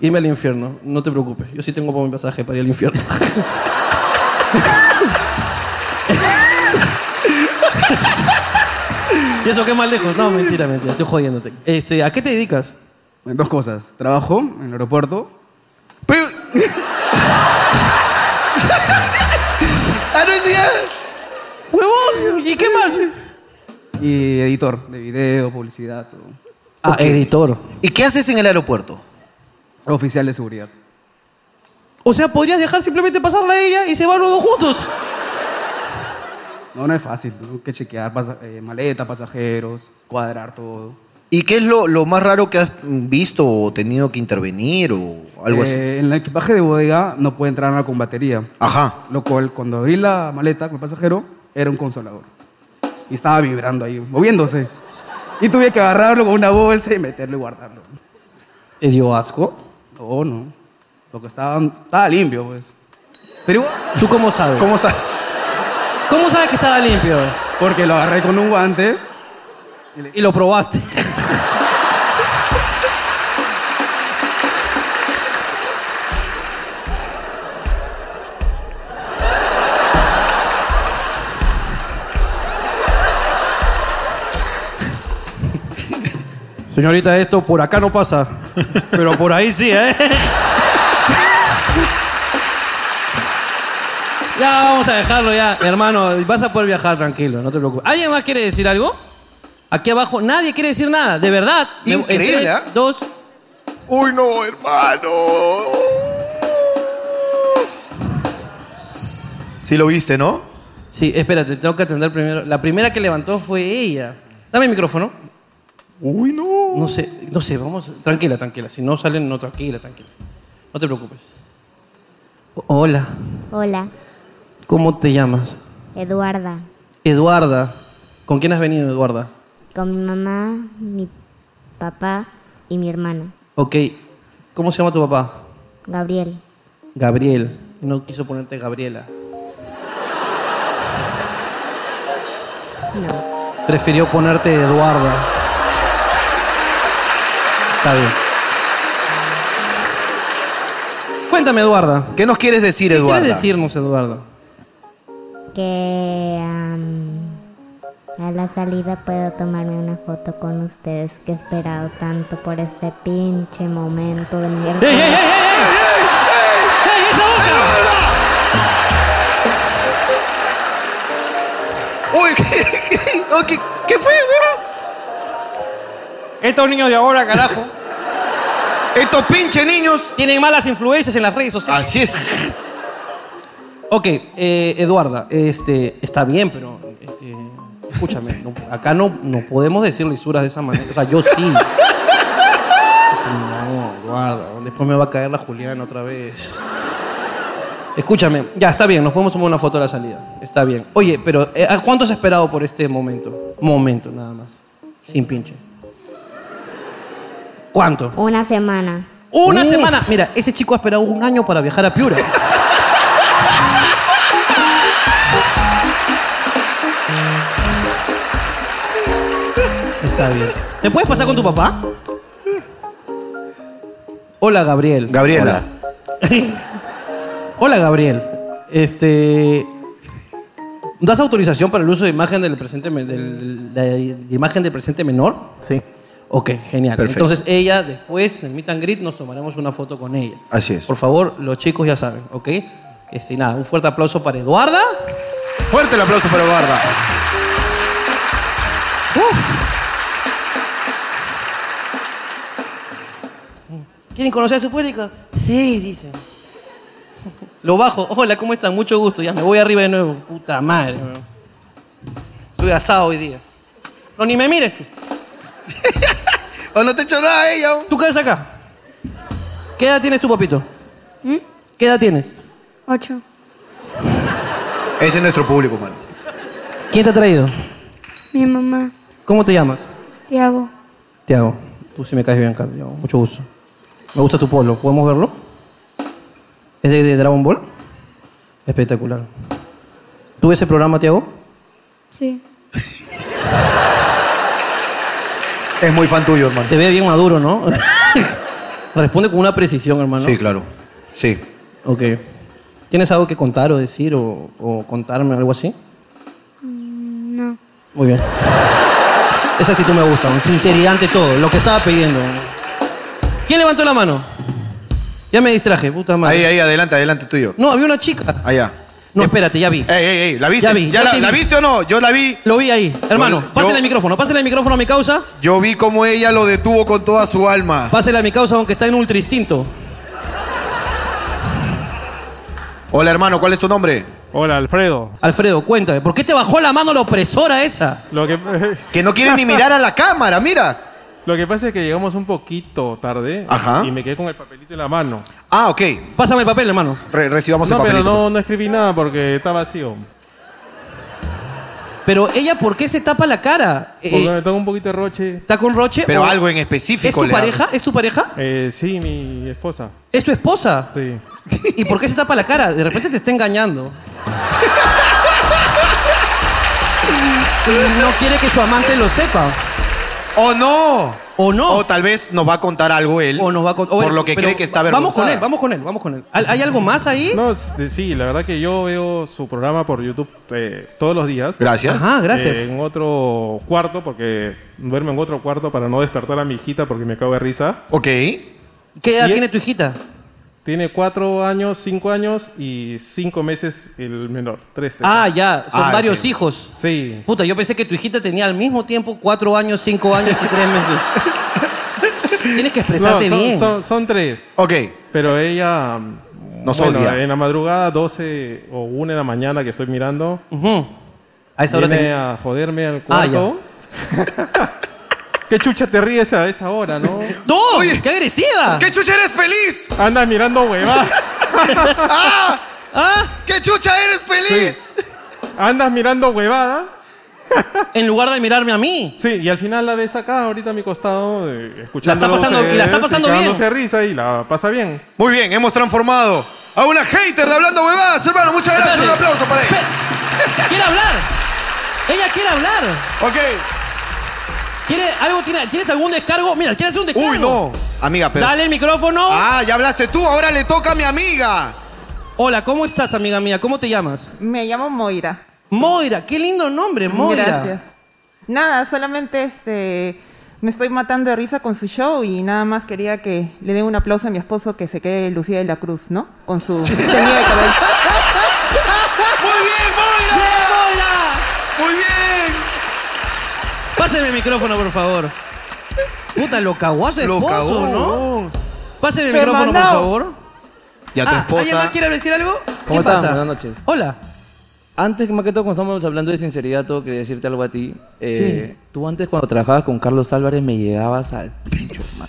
Irme al infierno, no te preocupes. Yo sí tengo para mi pasaje para ir al infierno. y eso qué más lejos. No, mentira, mentira, estoy jodiéndote. Este, ¿A qué te dedicas? Dos cosas, trabajo en el aeropuerto. Pero... ah, no es cierto. ¡Huevón! ¿Y qué más? Y editor de video, publicidad, todo. Ah, editor. ¿Y qué haces en el aeropuerto? Oficial de seguridad. O sea, podrías dejar simplemente pasarla a ella y se van los dos juntos. No, no es fácil, tengo que chequear pasa- eh, maleta, pasajeros, cuadrar todo. ¿Y qué es lo, lo más raro que has visto o tenido que intervenir o algo así? Eh, En el equipaje de bodega no puede entrar nada con batería, Ajá. lo cual cuando abrí la maleta con el pasajero era un consolador. Y estaba vibrando ahí, moviéndose. Y tuve que agarrarlo con una bolsa y meterlo y guardarlo. ¿Te dio asco? No, no. Lo que estaba, estaba limpio, pues. Pero igual, ¿Tú cómo sabes? ¿Cómo sabes? ¿Cómo sabes que estaba limpio? porque lo agarré con un guante. Y lo probaste. Señorita, esto por acá no pasa, pero por ahí sí, ¿eh? Ya vamos a dejarlo ya, hermano. Vas a poder viajar tranquilo, no te preocupes. ¿Alguien más quiere decir algo? Aquí abajo nadie quiere decir nada, de verdad. De- en Increíble, tres, ¿ah? Dos. Uy, no, hermano. Sí lo viste, ¿no? Sí, espérate, tengo que atender primero. La primera que levantó fue ella. Dame el micrófono. Uy, no. No sé, no sé, vamos. Tranquila, tranquila. Si no salen, no, tranquila, tranquila. No te preocupes. O- Hola, Hola, ¿cómo te llamas? Eduarda. Eduarda. ¿Con quién has venido, Eduarda? Con mi mamá, mi papá y mi hermana, Ok, ¿cómo se llama tu papá? Gabriel. Gabriel. No quiso ponerte Gabriela. No. Prefirió ponerte Eduardo. Está bien. Cuéntame, Eduarda. ¿Qué nos quieres decir, ¿Qué Eduardo? quieres decirnos, Eduarda? Que am, a la salida puedo tomarme una foto con ustedes que he esperado tanto por este pinche momento de mi ¡Ey, ey, ey, ey, vida. ey! ¡Ey, esa boca! Uy, ¿qué, qué- oh, qué- qué fue, weón? Estos niños de ahora, carajo, Estos pinches niños. tienen malas influencias en las redes sociales. Así es. Ok, eh, Eduarda, este, está bien, pero este, escúchame, no- acá no, no podemos decir lisuras de esa manera. O sea, yo sí. No, Eduarda, después me va a caer la Juliana otra vez. Escúchame, ya está bien, nos podemos tomar una foto a la salida. Está bien. Oye, pero eh, ¿a ¿cuánto has esperado por este momento? Momento, nada más. Sin pinche. ¿Cuánto? Una semana. Una semana. Mira, ese chico ha esperado un año para viajar a Piura. Está bien. ¿Te puedes pasar con tu papá? Hola, Gabriel. Gabriela. Hola, Gabriel. Este. ¿Das autorización para el uso de imagen del presente me- del- de, de imagen del presente menor? Sí. O- Ok, genial. Perfecto. Entonces ella, después del meet and greet, nos tomaremos una foto con ella. Así es. Por favor, los chicos ya saben, ¿ok? Este, nada, un fuerte aplauso para Eduarda. Fuerte el aplauso para Eduarda. ¿Quieren conocer a su público? Sí, dicen. Lo bajo. Hola, ¿cómo están? Mucho gusto. Ya me voy arriba de nuevo. Puta madre. weón. Estoy asado hoy día. No, ni me mires tú. O no te echó nada ella. ¿Tú quedas acá? ¿Qué edad tienes tú, papito? ¿Mm? ¿Qué edad tienes? Ocho. Ese es nuestro público, mano. ¿Quién te ha traído? Mi mamá, ¿Cómo te llamas? Tiago. Tiago. Tú sí me caes bien, Carlos. Mucho gusto. Me gusta tu polo. ¿Podemos verlo? ¿Es de, de Dragon Ball? Espectacular. ¿Tú ves el programa, Tiago? Sí. Es muy fan tuyo, hermano. Se ve bien maduro, ¿no? Responde con una precisión, hermano. Sí, claro. Sí. Ok. ¿Tienes algo que contar o decir o, o contarme algo así? Mm, No. Muy bien. Esa actitud me gusta, con sinceridad ante todo, lo que estaba pidiendo. ¿Quién levantó la mano? Ya me distraje, puta madre. Ahí, ahí, adelante, adelante tuyo. No, había una chica. Allá. No, espérate, ya vi. Ey, ey, ey, ¿la viste? Ya vi, ya la, te la vi. viste o no? Yo la vi. Lo vi ahí. Hermano, Yo- pásale el micrófono, pásale el micrófono a mi causa. Yo vi como ella lo detuvo con toda su alma. Pásale a mi causa, aunque está en ultra instinto. Hola, hermano, ¿cuál es tu nombre? Hola, Alfredo. Alfredo, cuéntame, ¿por qué te bajó la mano la opresora esa? Lo que, Que no quiere ni mirar a la cámara, mira. lo que pasa es que llegamos un poquito tarde Ajá. y me quedé con el papelito en la mano. Ah, ok. Pásame el papel, hermano. Re- recibamos no, el papelito. pero no, no escribí nada porque está vacío. Pero ella, ¿por qué se tapa la cara? Eh, Porque me tengo un poquito de roche. ¿Está con Roche? Pero o- algo en específico. ¿Es tu le da. pareja? ¿Es tu pareja? Eh, sí, mi esposa. ¿Es tu esposa? Sí. ¿Y por qué se tapa la cara? De repente te está engañando. Y no quiere que su amante lo sepa. ¡Oh, no! ¿O no? O tal vez nos va a contar algo él. O nos va a con- o Por bueno, lo que pero cree que está Vamos con avergonzada. él, vamos con él, vamos con él. ¿Hay hay algo más ahí? No, s- sí, la verdad que yo veo su programa por YouTube eh, todos los días. Gracias. Ajá, Ah, gracias. Eh, en otro cuarto, porque duermo en otro cuarto para no despertar a mi hijita porque me cago de risa. Ok. ¿Qué edad y- tiene tu hijita? Tiene cuatro años, cinco años y cinco meses el menor. Tres. tres. Ah, ya, son Ah, varios ok. hijos. Sí. Puta, yo pensé que tu hijita tenía al mismo tiempo cuatro años, cinco años y tres meses. Tienes que expresarte No, son, bien. son- son tres. Ok. Pero ella. Nos bueno, odia. En la madrugada, 12 o 1 de la mañana que estoy mirando, Ujú. A esa hora viene te... a joderme al Ah, ya. cuarto. ¿Qué chucha te ríes a esta hora, no? ¡No! ¡Qué agresiva! ¿Qué chucha eres feliz? Andas mirando huevadas. ¡Ah! ¿Ah? ¡Qué chucha eres feliz! Andas mirando huevada. En lugar de mirarme a mí. Sí, y al final la ves acá, ahorita a mi costado, eh, escuchando. pasando- y la está pasando bien. risa y la pasa bien. Muy bien, hemos transformado a una hater de hablando huevadas, hermano. Muchas gracias. Un Espérate. aplauso para ella. ¡Quiere hablar! ¡Ella quiere hablar! Ok. ¿Quiere algo? tiene- ¿Tienes algún descargo? Mira, ¿quieres hacer un descargo? Uy, no. Amiga, pero. Dale el micrófono. Ah, ya hablaste tú. Ahora le toca a mi amiga. Hola, ¿cómo estás, amiga mía? ¿Cómo te llamas? Me llamo Moira. Moira, qué lindo nombre, Moira. Gracias. Nada, solamente este me estoy matando de risa con su show y nada más quería que le dé un aplauso a mi esposo que se quede Lucía de la Cruz, ¿no? Con su teñida de cabello. ¡Muy bien, ¡Bien, Moira! Moira! ¡Muy bien! Páseme el micrófono, por favor. Puta, lo cagó a su Lo esposo, ¿no? cagó. Páseme el micrófono, por mandao. favor. Y a tu Ah, ¿Alguien esposa. más quiere decir algo? ¿Qué ¿Cómo están? pasa? Buenas noches. Hola. Antes, más que todo, cuando estamos hablando de sinceridad, todo quería decirte algo a ti. Eh, Tú antes, cuando trabajabas con Carlos Álvarez, me llegabas al pincho, man.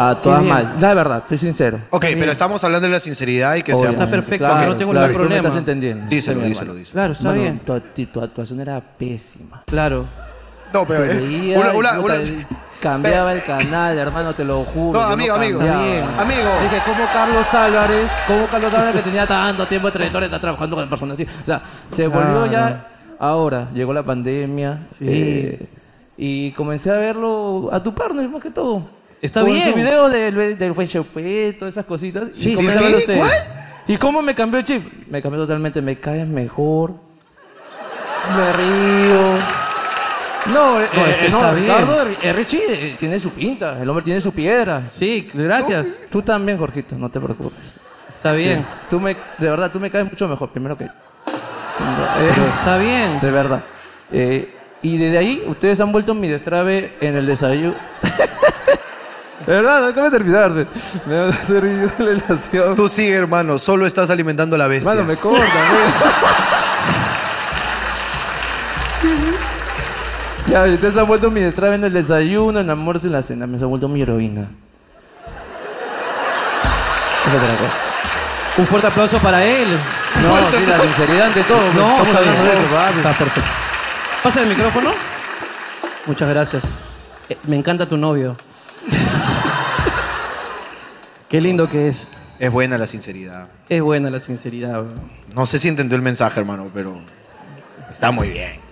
A todas bien. mal. La verdad, estoy sincero. Ok, pero estamos hablando de la sinceridad y que Obvio. sea. Está perfecto, Claro, yo no tengo claro, ningún tú me problema. estás entendiendo. Díselo, Está bien, díselo, hermano. díselo. Claro, está Mano, bien. Tu, acti- tu actuación era pésima. Claro. No, pero. Te eh, veía una- y una- puta, una- Cambiaba el canal, hermano, te lo juro. No, yo amigo, amigo. cambiaba. Está bien. Amigo. Dije, como Carlos Álvarez, como Carlos Álvarez que tenía tanto tiempo de trayectoria, está trabajando con personas así. O sea, se volvió ya. Ahora, llegó la pandemia. eh, y comencé a verlo a tu partner, más que todo. Está Con bien. Su video del, del Buen Chopé, todas esas cositas. Sí, y ¿sí? comencé a verlo a ustedes. ¿Cuál? ¿Y cómo me cambió el chip? Me cambió totalmente. Me caes mejor. Me río. No, eh, es que eh, no, está Ricardo, eh, Richie eh, tiene su pinta, el hombre tiene su piedra. Sí, gracias. Tú también, Jorgito, no te preocupes. Está bien. Tú me, de verdad, tú me caes mucho mejor, primero que él. Eh. Está bien. De verdad. Eh, y desde ahí, ustedes han vuelto mi destrave en el desayuno. de verdad, déjame terminar. Me, me vas a hacer ir de la relación. Tú sigue, hermano, solo estás alimentando a la bestia. Mano, me corta, pues. Ya, ustedes han vuelto mi destrave en el desayuno, en el almuerzo, en la cena. Me se ha vuelto mi heroína. Es otra cosa. Un fuerte aplauso para él. No, sí, la sinceridad ante todo. pues, No, estamos está bien. hablando de eso, papi. Está perfecto. Pasa el micrófono. Muchas gracias. Eh, Me encanta tu novio. Qué lindo que es. Es buena la sinceridad. Es buena la sinceridad. weón. No sé si entendió el mensaje, hermano, pero está muy bien.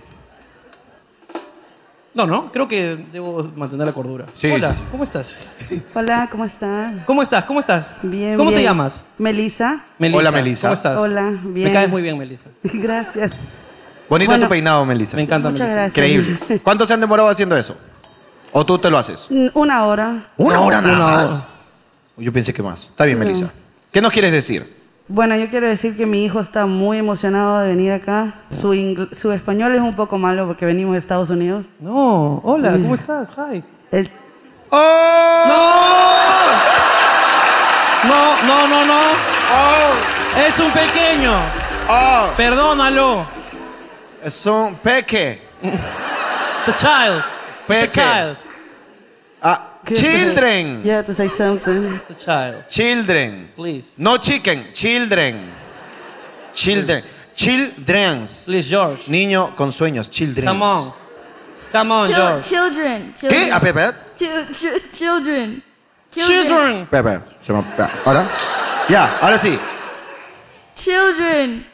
No, no, creo que debo mantener la cordura. Sí. Hola, ¿cómo estás? Hola, ¿cómo están? ¿Cómo estás? ¿Cómo estás? Bien. ¿Cómo te bien. llamas? Melissa. Melissa, Hola, Melissa. ¿cómo estás? Hola, Me bien. caes muy bien, Melissa. Gracias. Bonito Bueno. tu peinado, Melissa. Me encanta, Muchas Melissa. gracias. Increíble. ¿Cuánto se han demorado haciendo eso? ¿O tú te lo haces? Mm, Una hora. Una hora nada más. Yo pensé que más. Está bien, No. Melissa. ¿Qué nos quieres decir? Bueno, yo quiero decir que mi hijo está muy emocionado de venir acá. Ah, Su, ingl- su español es un poco malo porque venimos de Estados Unidos. No, hola, ¿cómo estás? Hi. ¡Oh! El- No, no, no, no. ¡Oh! Es un pequeño. Perdónalo. Es un peque. It's a child. Peque. It's a child. Ah, children. You have to say something. It's a child. Children. Please. No chicken. Children. Children. Children. Please, George. Niño con sueños. Children. Come on. Come on, Chil- George. children. ¿Qué? Ah, espera, espera. Chil- chil- children. Children. Espera, espera. Se me- espera. ¿Ahora? Ya, ahora sí. Children.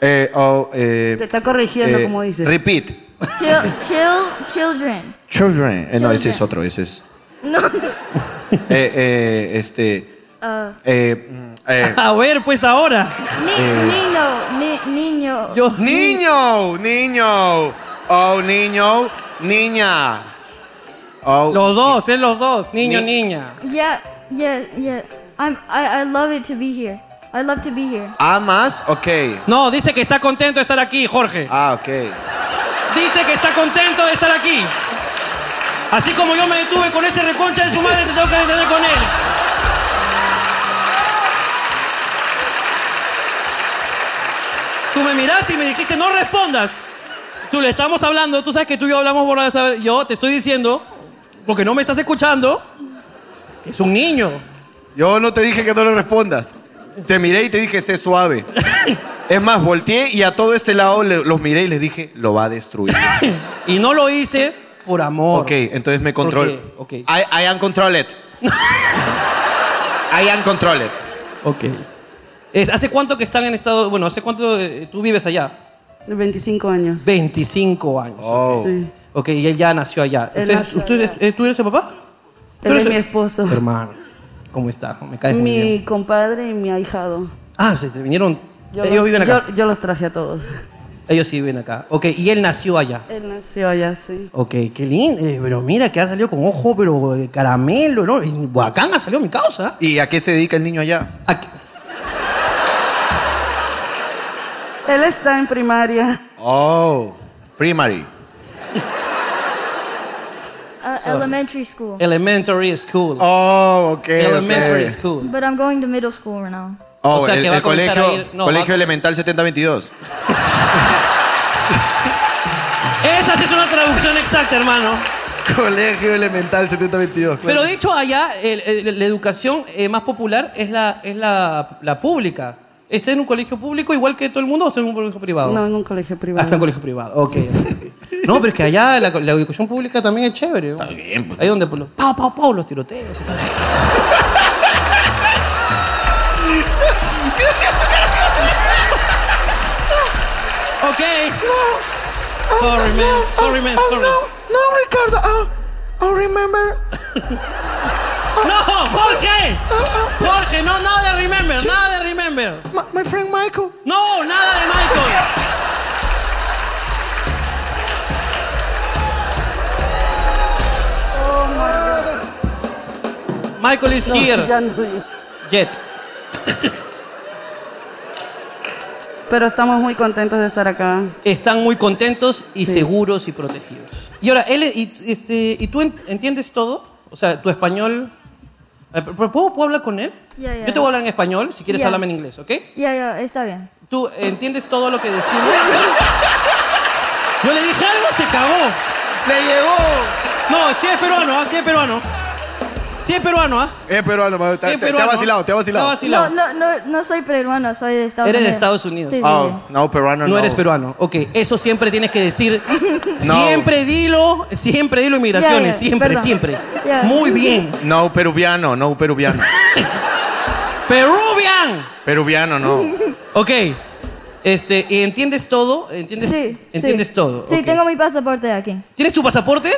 Eh, oh, eh, Te está corrigiendo, eh, como dices. Repeat. Chil, chil, children. Children. Eh, no, ese es otro. Ese es. No. Eh, eh, este. Ah. eh, mm, eh, A ver, pues ahora. Ni- Eh. niño, ni- niño. Yo- Niño, niño. Oh, niño, niña. Oh, Los dos, es los dos. Niño, niña. Yeah, yeah, yeah. I'm. I, I love it to be here. I love to be here. ¿Amas? Ok. No, dice que está contento de estar aquí, Jorge. Ah, ok. Dice que está contento de estar aquí. Así como yo me detuve con ese reconcha de su madre, te tengo que detener con él. Tú me miraste y me dijiste, no respondas. Tú le estamos hablando, tú sabes que tú y yo hablamos por la saber. Yo te estoy diciendo, porque no me estás escuchando, que es un niño. Yo no te dije que no le respondas. Te miré y te dije, sé suave. es más, volteé y a todo este lado le- los miré y les dije, lo va a destruir. Y no lo hice por amor. ok, entonces me control. Ok, ok. I, I am controlled. I am controlled. Ok. Es- ¿Hace cuánto que están en estado? Bueno, ¿hace cuánto eh, tú vives allá? De 25 años. 25 años. Oh. Sí. Ok, y él ya nació allá. Él ¿Usted- nació usted- allá. eh, ¿Tú eres su papá? ¿Tú Él eres es su- mi esposo. Hermano, ¿cómo estás? Me caes muy Mi bien. compadre y mi ahijado. Ah, se, se vinieron. Yo Ellos los- viven acá. Yo, yo los traje a todos. Ellos sí viven acá. Ok, y él nació allá. Él nació allá, sí. Ok, qué lindo. Eh, pero mira que ha salido con ojo, pero eh, caramelo, ¿no? En Huacán ha salido mi causa. ¿Y a qué se dedica el niño allá? Aquí- Él está en primaria. Oh, primary. Uh, elementary school. Eh. Elementary School. Oh, ok. Elementary ok. School. But I'm going to middle school now. Oh, O sea, el, que va el a comenzar colegio, a ir- no, colegio va- elemental 7022. Esa sí es una traducción exacta, hermano. colegio elemental 7022. Pero de hecho allá el- el- la educación eh, más popular es la es la, la pública. ¿Está en un colegio público igual que todo el mundo o está en un colegio privado? No, en un colegio privado. Hasta en colegio privado, ok. ok. No, pero es que allá la, la educación pública también es chévere. ¿no? bien, pues. Ahí donde pues, los pau, pau, pau, los tiroteos y tal. ok. Sorry, man. Sorry, man. Sorry. Oh, No, Ricardo. Oh, oh, remember. No, Jorge. Jorge, no, nada de remember, nada de remember. My, my friend Michael. No, nada de Michael. Michael is here. ya no. Jet. Pero estamos muy contentos de estar acá. Están muy contentos y seguros y protegidos. Y ahora, él, y, este, ¿y tú en- entiendes todo? O sea, tu español. Eh, pero- pero ¿Puedo, ¿Puedo hablar con él? Ya, ya. Yo te voy a hablar en español, si quieres Ya. háblame en inglés, ¿ok? Ya, ya, está bien. ¿Tú entiendes todo lo que decimos? Yo le dije algo, se cagó. Le llegó. No, sí es peruano, ¿ah? sí es peruano. Sí es peruano, ¿ah? Es peruano, mano, te, Es te- te peruano. ha vacilado, te ha vacilado. Te ha vacilado. No, no, no, no soy peruano, soy de Estados Eres de Unidos. Estados Unidos. Sí, sí, Ah, sí. no, peruano no. No, eres peruano. Ok, eso siempre tienes que decir. No. Siempre dilo, siempre dilo inmigraciones, Ya, ya, siempre, perdón. siempre. Ya. Muy bien. No, peruviano, no, peruviano. Peruvian. peruviano, no. Ok. Este, ¿y ¿entiendes todo? ¿Entiendes, ¿entiendes todo? Sí, Ok. tengo mi pasaporte aquí. ¿Tienes tu pasaporte?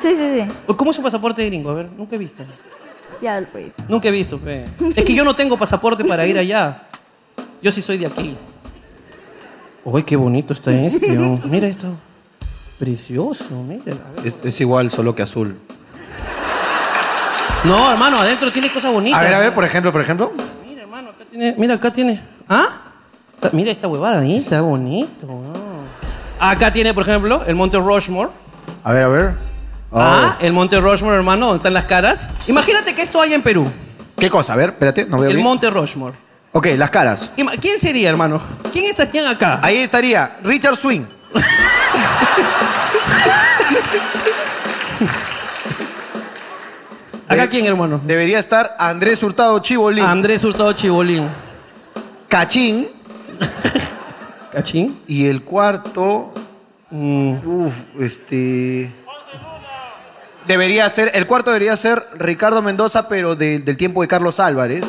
Sí, sí, sí. ¿Cómo es un pasaporte gringo? A ver, nunca he visto. Ya, pues. Nunca he visto. fe. Es que yo no tengo pasaporte para ir allá. Yo sí soy de aquí. Uy, qué bonito está este. ¿no? Mira esto. Precioso, mira. Es, es igual, solo que azul. No, hermano, adentro tiene cosas bonitas. A ver, a ver, por ejemplo, por ejemplo. Tiene- mira, acá tiene. ¿Ah? Ta- Mira esta huevada ahí, está bonito. wow. Acá tiene, por ejemplo, el Monte Rushmore. A ver, a ver. Oh. Ah, el Monte Rushmore, hermano, donde están las caras. Imagínate que esto hay en Perú. Oh. ¿Qué cosa? A ver, espérate, no veo El bien. Monte Rushmore. Ok, las caras. Ima- ¿Quién sería, hermano? ¿Quién estaría acá? Ahí estaría Richard Swing. ¿Acá quién, hermano? Debería estar Andrés Hurtado Chibolín. Andrés Hurtado Chibolín. Cachín. ¿Cachín? Y el cuarto. mm, Uf, este. Debería ser. El cuarto debería ser Ricardo Mendoza, pero de- del tiempo de Carlos Álvarez.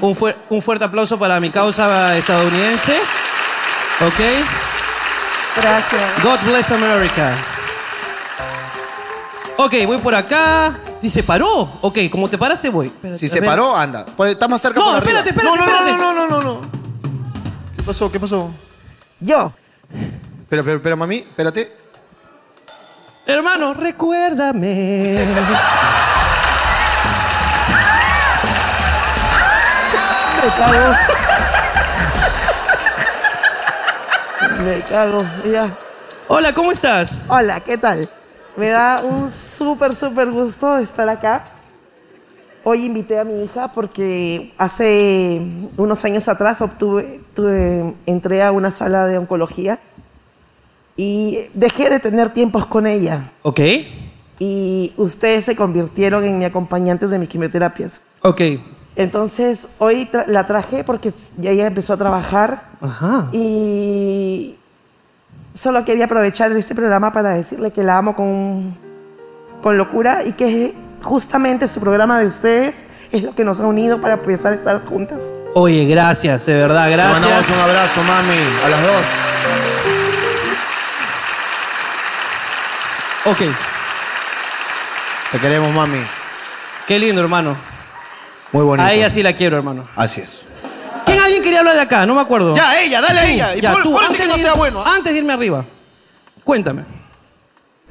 Un, fuer- un fuerte aplauso para mi causa estadounidense. ¿Ok? Gracias. God bless America. Ok, voy por acá. Si se paró. Ok, como te paraste, voy. Espérate, Si a se ver. paró, anda. Por- Está más cerca No, por arriba. espérate, espérate, No, no, espérate. No, no, no, no, no. ¿Qué pasó? ¿Qué pasó? Yo. Espera, espera, espera, mami. Espérate. Hermano, recuérdame. Me cago. Me cago, ya. Hola, ¿cómo estás? Hola, ¿qué tal? Me da un súper, súper gusto estar acá. Hoy invité a mi hija porque hace unos años atrás obtuve, tuve- entré a una sala de oncología y dejé de tener tiempos con ella. Ok, Y ustedes se convirtieron en mi acompañantes de mis quimioterapias. ok. Entonces, hoy tra- la traje porque ya ella empezó a trabajar Ajá. y solo quería aprovechar este programa para decirle que la amo con, con locura y que justamente su programa de ustedes es lo que nos ha unido para empezar a estar juntas. Oye, gracias, de verdad, Te gracias. mandamos un abrazo, mami. A las dos. Ok, Te queremos, mami. qué lindo, hermano. Muy bonito. A ella sí la quiero, hermano. Así es. ¿Quién alguien quería hablar de acá? No me acuerdo. Ya, ella, dale a Tú, ella. Y ya, pon- tú, ponte antes que de no ir- sea bueno. ¿ah? Antes de irme arriba. Cuéntame.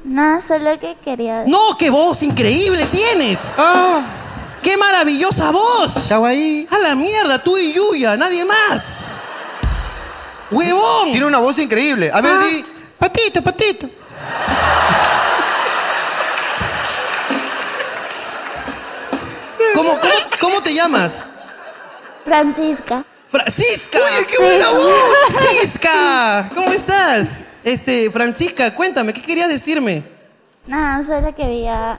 No, solo que quería. No, qué voz increíble tienes. Ah. Qué maravillosa voz. Estaba ahí. A la mierda, tú y Yuya, nadie más. Huevón. Tiene una voz increíble. A ver, Ah. di. Patito, patito. ¿Cómo, cómo, cómo te llamas? Francisca. Francisca. Oye, qué buena voz. Francisca. ¿Cómo estás? Este, Francisca, cuéntame, ¿qué querías decirme? No, solo quería.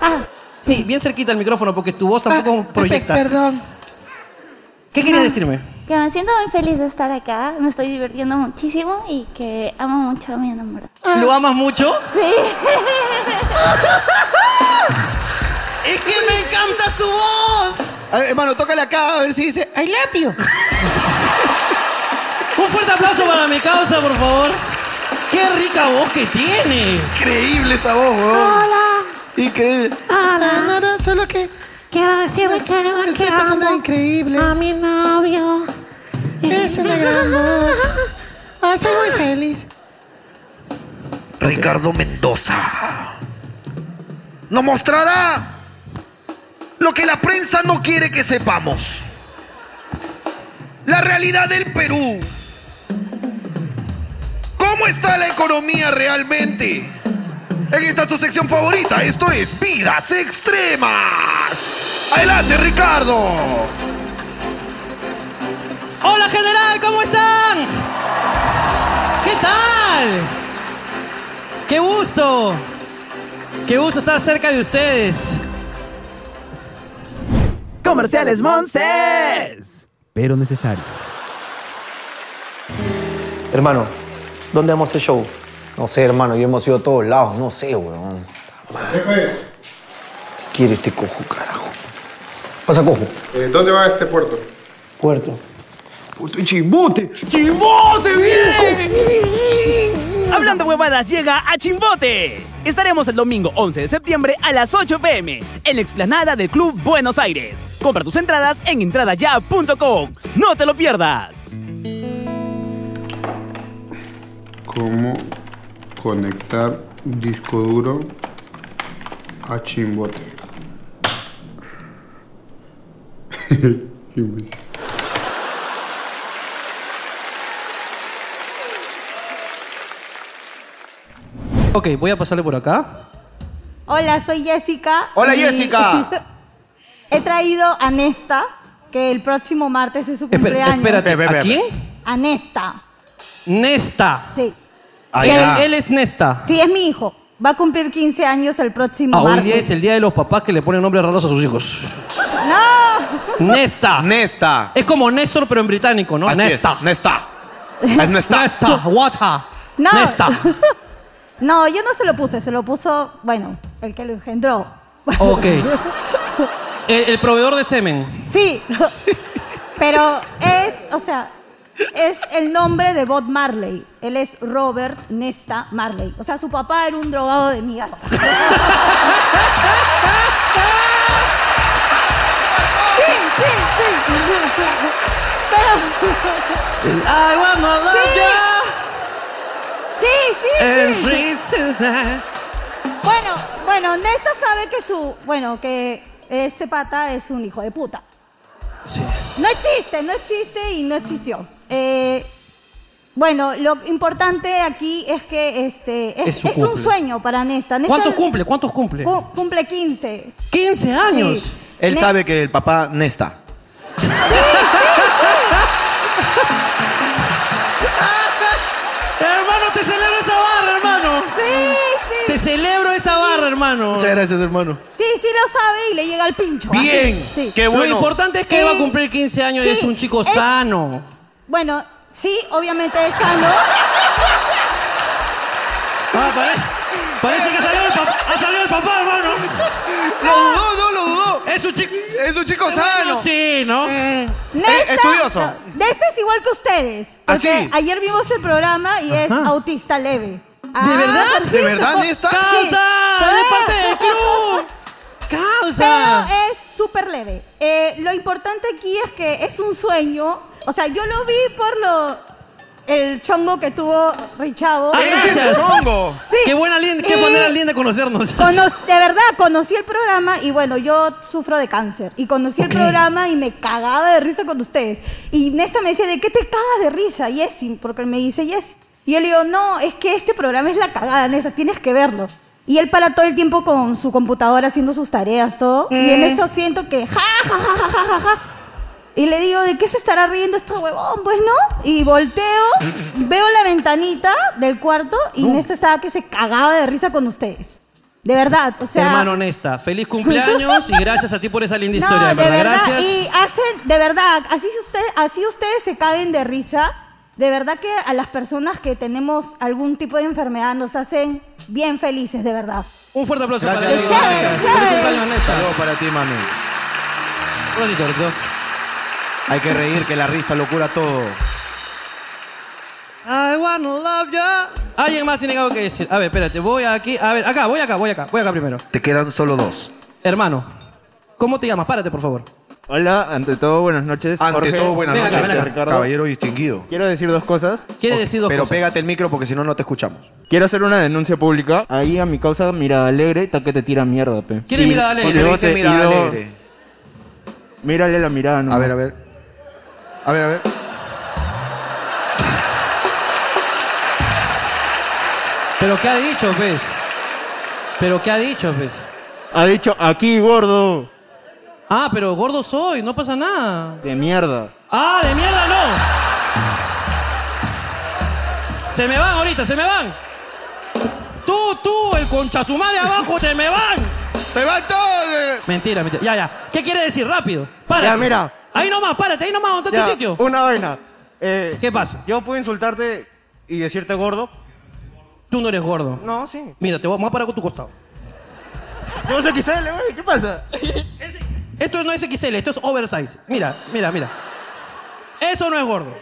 Ah, Sí, bien cerquita el micrófono porque tu voz tampoco proyecta. perdón. ¿Qué querías decirme? que me siento muy feliz de estar acá. Me estoy divirtiendo muchísimo y que amo mucho a mi enamorado. ¿Lo amas mucho? Sí. ¡Es que me encanta su voz! A ver, hermano, tócale acá a ver si dice I love you. Un fuerte aplauso para mi causa, por favor. ¡Qué rica voz que tiene! Increíble esa voz, weón. Hola. Increíble. Hola. Nada, solo que. Quiero decirle que amo que persona increíble. a mi novio. Es una gran voz. soy muy feliz. Ricardo Mendoza nos mostrará lo que la prensa no quiere que sepamos. La realidad del Perú. ¿Cómo está la economía realmente? En esta tu sección favorita, esto es Vidas Extremas. Adelante, Ricardo. Hola general, ¿cómo están? ¿Qué tal? Qué gusto. Qué gusto estar cerca de ustedes. Comerciales Monces. Pero necesario. Hermano, ¿dónde vamos a hacer show? No sé, hermano, yo hemos ido a todos lados, no sé, weón. ¿Qué quiere este cojo, carajo? Pasa, cojo. Eh, ¿Dónde va este puerto? Puerto. Puerto chimbote. ¡Chimbote, bien! Hablando huevadas llega a Chimbote. Estaremos el domingo 11 de septiembre a las 8 pm en la explanada del Club Buenos Aires. Compra tus entradas en entradaya.com. No te lo pierdas. ¿Cómo conectar disco duro a chimbote? Qué imbécil. Ok, voy a pasarle por acá. Hola, soy Jessica. Hola, y- Jessica. He traído a Nesta, que el próximo martes es su Espera, cumpleaños. espérate, ¿a quién? A Nesta. Nesta. Sí. Él, está. él es Nesta. Sí, es mi hijo. Va a cumplir 15 años el próximo Ah, hoy martes. día es el día de los papás que le ponen nombres raros a sus hijos. ¡No! Nesta. Nesta. Es como Néstor, pero en británico, ¿no? Así Nesta. es, Nesta. Es Nesta. Nesta. Wata. No. Nesta. No, yo no se lo puse, se lo puso, bueno, el que lo engendró. Ok. El, el proveedor de semen. Sí. Pero es, o sea, es el nombre de Bob Marley. Él es Robert Nesta Marley. O sea, su papá era un drogado de mi gata. Sí, sí, sí. Pero. I wanna love Sí, sí, sí. reason. Bueno, bueno, Nesta sabe que su. Bueno, que este pata es un hijo de puta. No existe, no existe y no existió. Eh, bueno, lo importante aquí es que este Es es, su es un cumple. sueño para Nesta. Nesta ¿Cuántos cumple? ¿Cuántos cumple? cu- cumple 15. 15 años. Sí. Él Ne- sabe que el papá Nesta. hermano, te celebro esa barra, hermano. Sí, sí. Te celebro esa barra, hermano. Muchas gracias, hermano. Sí, sí lo sabe y le llega al pincho. Bien. Así, sí. Lo importante es que va a cumplir 15 años y Sí, es un chico es- sano. Bueno, sí, obviamente es sano. Ah, parece, parece que salió el papá, ha salido el papá, hermano. Lo dudó, no, lo dudó. Es un chico, es un chico sano. Sí, ¿no? Eh, Nesta- estudioso. no, Nesta es igual que ustedes. ¿Ah, Porque sí? ayer vimos el programa y es autista leve. Ah, verdad? ¿De perfecto. verdad, Nesta? Sí. ¡Causa! ¡Eres Sí. parte del club! ¡Causa! Pero eh, es súper leve. Eh, lo importante aquí es que es un sueño. O sea, yo lo vi por lo... El chongo que tuvo Richavo. Ah, gracias. Sí. Eh, Qué buena linda, qué Y- manera linda de conocernos. Conoc- de verdad, conocí el programa y bueno, yo sufro de cáncer. Y conocí el programa y me cagaba de risa con ustedes. Y Nesta me decía, ¿de qué te cagas de risa, Jessy? Porque él me dice Jessy. Y yo le digo, no, es que este programa es la cagada, Nesta, tienes que verlo. Y él para todo el tiempo con su computadora haciendo sus tareas, todo. Y en Mm. eso siento que, ja, ja, ja, ja, ja, ja, ja. Y le digo, ¿de qué se estará riendo este huevón? Pues no. Y volteo, veo la ventanita del cuarto y Nesta estaba que se cagaba de risa con ustedes. De verdad, o sea. Hermano honesta, feliz cumpleaños y gracias a ti por esa linda no, historia, de hermana. verdad. Gracias. Y hacen, de verdad, así si ustedes, así ustedes se caguen de risa. De verdad que a las personas que tenemos algún tipo de enfermedad nos hacen bien felices, de verdad. Un fuerte aplauso Gracias, para ti. chévere, Gracias. chévere. Feliz cumpleaños, honesta. Saludos para ti, mami. Un ratito, un ratito. Hay que reír, que la risa lo cura todo. I wanna love you. Alguien más tiene algo que decir. A ver, espérate, voy aquí. A ver, acá, voy acá, voy acá, voy acá primero. Te quedan solo dos. Hermano, ¿cómo te llamas? Párate, por favor. Hola, ante todo, buenas noches. Ante Jorge. todo, buenas Ven acá, noches, ven acá. Ricardo. caballero distinguido. Quiero decir dos cosas. Quiere decir Pero pégate el micro porque si no, no te escuchamos. Quiero hacer una denuncia pública. Ahí a mi causa Mirada Alegre, ta que te tira mierda, pe. ¿Quién es Y- Mirada Alegre? porque ¿Qué vos te- dice y Mirada yo- Alegre? Mírale la mirada, ¿no? A ver, a ver. A ver, a ver. ¿Pero qué ha dicho, pues? ¿Pero qué ha dicho, pues? Ha dicho, aquí, gordo. Ah, pero gordo soy, no pasa nada. De mierda. ¡Ah, de mierda no! Se me van ahorita, se me van. Tú, tú, el conchazumare abajo, se me van. Se eh, van todos. Mentira, mentira. Ya, ya. ¿Qué quiere decir? Rápido. Para. Ya, mira. Ahí nomás, párate, ahí nomás, donde Ya, tu sitio. Una vaina. Eh, ¿Qué pasa? Yo puedo insultarte y decirte gordo. Tú no eres gordo. No, sí. Mira, te voy me voy a parar con tu costado. Yo soy XL, güey, ¿qué pasa? Esto no es XL, esto es oversize. Mira, mira, mira. Eso no es gordo.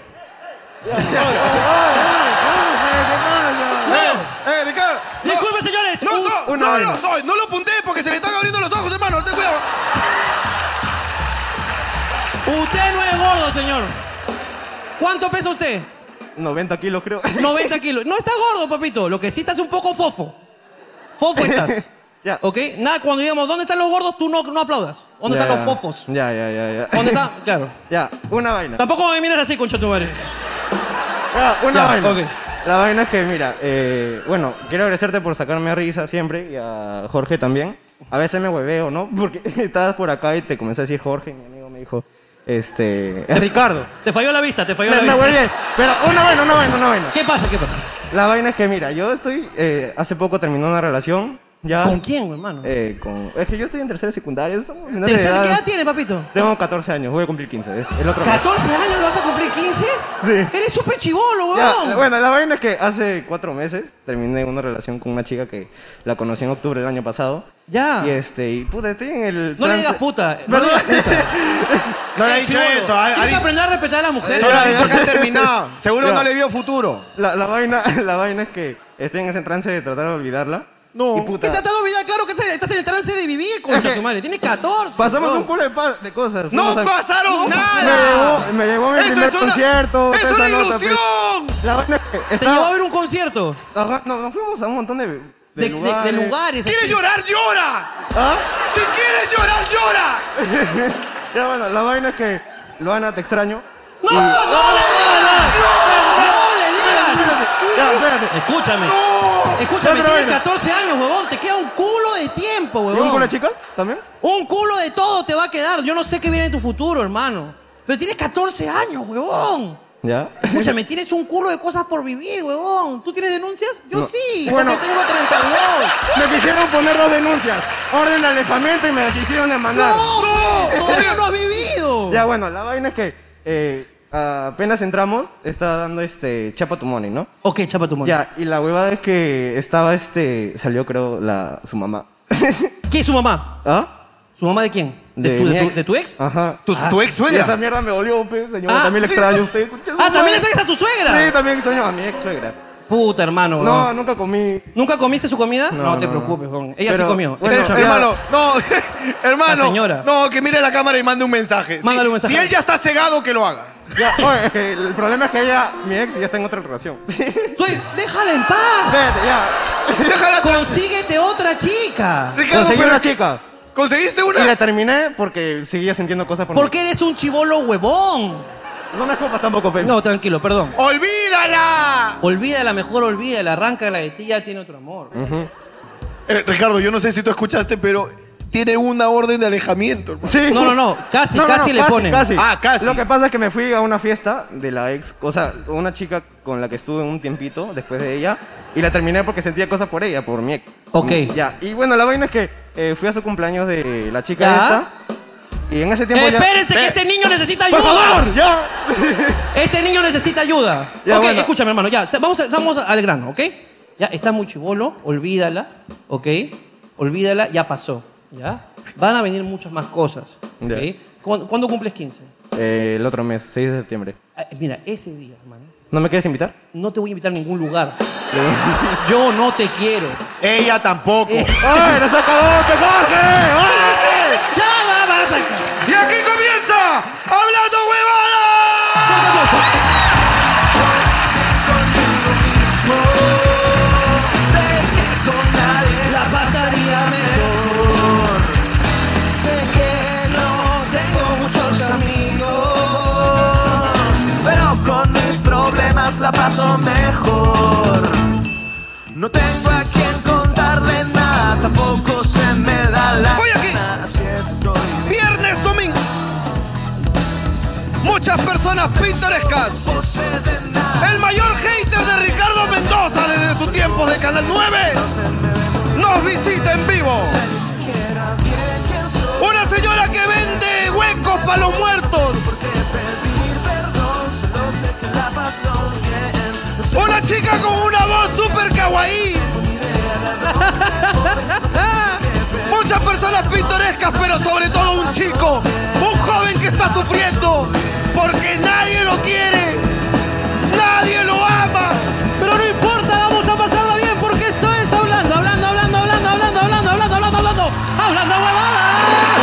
¡No! ¡Eh, Ricardo! ¡Disculpe, señores! ¡No, no! una ¡No, vaina. no! ¡No, no lo apunté porque se le están abriendo los ojos, hermano! ¡Ten cuidado! Usted no es gordo, señor. ¿Cuánto pesa usted? 90 kilos, creo. 90 kilos. No está gordo, papito. Lo que sí estás un poco fofo. Fofo estás. ¿Ok? Nada, cuando digamos, ¿dónde están los gordos? Tú no, no aplaudas. ¿Dónde Ya, están ya. los fofos? Ya, ya, ya, ya. ¿Dónde está? Claro. Ya, una vaina. Tampoco me mires así, concha tu madre. Ya, una Ya, vaina. ok. La vaina es que, mira, eh, bueno, quiero agradecerte por sacarme a risa siempre y a Jorge también. A veces me hueveo, ¿no? Porque estabas por acá y te comencé a decir Jorge, mi amigo me dijo, este, es Ricardo. Te falló la vista, te falló Me- la me vista. huevé. Pero oh, una vaina, una vaina, una vaina. ¿Qué pasa? ¿Qué pasa? La vaina es que, mira, yo estoy, eh, hace poco terminé una relación. Ya, ¿Con quién, hermano? Ah. Eh, ah. con, es que yo estoy en tercera secundaria. somos menores de ¿Tercer- edad. ¿Qué edad tiene, papito? Tengo 14 años, voy a cumplir 15. este- el otro mes. 14 años, ¿vas a cumplir 15? Sí. Eres súper chivolo, Ya, weón. la- bueno, la vaina es que hace cuatro meses terminé una relación con una chica que la conocí en octubre del año pasado. Ya. Y este, y puta, estoy en el. Ah. No le digas puta. No le digas puta. No le ha dicho eso. ha- ha Tienes que dicho- aprender a respetar a las mujeres. Solo ha dicho que ha terminado. Seguro no le vio futuro. La, la vaina, la vaina es que estoy en ese trance de tratar de olvidarla. No. Y ¿Qué puta. te has dado vida? Claro que estás- estás en el trance de vivir, concha tu madre. Tienes 14. Pasamos weón. un culo de, pa- de cosas. ¡No Fuimos No, pasaron nada! Me llevó, me llevó mi ¡Eso primer es una- concierto. ¡es esa una nota, pues. ilusión! La vaina es que ¿Te estaba- llevó a ver un concierto? Ajá, no, nos fuimos a un montón de. De, De- de- de lugares, ¿Quieres llorar? ¡Llora! ¿Ah? Si quieres llorar, llora. ya, bueno, la vaina es que, Luana, te extraño. ¡No! ¡No le digas! ¡No le digas! Ya, espérate. Escúchame. Escúchame, tienes 14 años, huevón. Te queda un culo de tiempo, huevón. un culo de chicas también? Un culo de todo te va a quedar. Yo no sé qué viene en tu futuro, hermano. Pero tienes 14 años, huevón. Ya. Escúchame, tienes un culo de cosas por vivir, huevón. ¿Tú tienes denuncias? Yo No. sí, Bueno. porque tengo 32. Me quisieron poner dos denuncias. Orden de alejamiento y me las quisieron demandar. ¡No! ¡Todavía no has vivido! Ya, bueno, la vaina es que eh, apenas entramos, está dando este Chapa tu money, ¿no? Ok, Chapa tu money. Ya, y la huevada es que estaba este. Salió, creo, la, su mamá. ¿Quién es su mamá? ¿Ah? ¿Su mamá de quién? ¿De, tu- mi de tu- de tu ex? Ajá. ¿Tu- tu ex suegra? Y Ah, esa mierda me dolió, pe, señor. Ah, también le sí. extraño a usted. Ah, ¿también le extrañas a tu suegra? Sí, también extraño a mi ex suegra. Puta, hermano. No, huevón. nunca comí. ¿Nunca comiste su comida? No, No, te no, preocupes, no. huevón. Ella Pero, sí comió. bueno, Escúchame. hermano, no, hermano. La señora. No, que mire la cámara y mande un mensaje. Si- Mándale un mensaje. Si él ya está cegado, que lo haga. Ya, oye, es que el problema es que ella, mi ex, ya está en otra relación. ¡Déjala en paz! Vete, ya. Déjala ¡Consíguete otra chica! Conseguí una chica. ¿Conseguiste una? Y la terminé porque seguía sintiendo cosas por Porque eres un chivolo huevón. No me escupas tampoco, Pepe. No, tranquilo, perdón. ¡Olvídala! Olvídala, mejor olvídala. Arráncala de ti, ya tiene otro amor. Mm. Eh, Ricardo, yo no sé si tú escuchaste, pero tiene una orden de alejamiento. hermano. Sí. No, no, no, casi, casi le ponen. casi. Ah, casi. Lo que pasa es que me fui a una fiesta de la ex, o sea, una chica con la que estuve un tiempito después de ella, y la terminé porque sentía cosas por ella, por mi ex. Mm, Ok. Ya, y bueno, la vaina es que eh, fui a su cumpleaños de la chica Ya. esta, y en ese tiempo ya... Espérense que este niño necesita ayuda. ¡Por favor! ¡Ya! Este niño necesita ayuda. Ya, ok, bueno. escúchame, hermano, ya. se- Vamos, a- vamos al grano, ¿ok? Ya, está muy chivolo, olvídala, ¿ok? Olvídala, ya pasó, ¿ya? Van a venir muchas más cosas, ¿ok? Ya. ¿Cuándo, cuándo cumples 15? Eh, el otro mes, 6 de septiembre. Ah, Mira, ese día, hermano, ¿No me quieres invitar? no te voy a invitar a ningún lugar. Yo no te quiero. Eh, Ella tampoco. Ah, ¡Ay, nos acabó, pe, Jorge! ¡Ay! Oh. ¡Ya, va, va, saca! ¡Y aquí comienza! más la paso mejor. No tengo a quien contarle nada, tampoco se me da la Voy aquí. gana, así estoy. Viernes, domingo. Muchas personas pintorescas. El mayor hater de Ricardo Mendoza desde su tiempo de Canal 9 nos visita en vivo. Una señora que vende huecos para los muertos. Una chica con una voz super kawaii. Muchas personas pintorescas, pero sobre todo un chico, un joven que está sufriendo porque nadie lo quiere, nadie lo ama. Pero no importa, vamos a pasarla bien porque esto es hablando, hablando, hablando, hablando, hablando, hablando, hablando, hablando, hablando, hablando,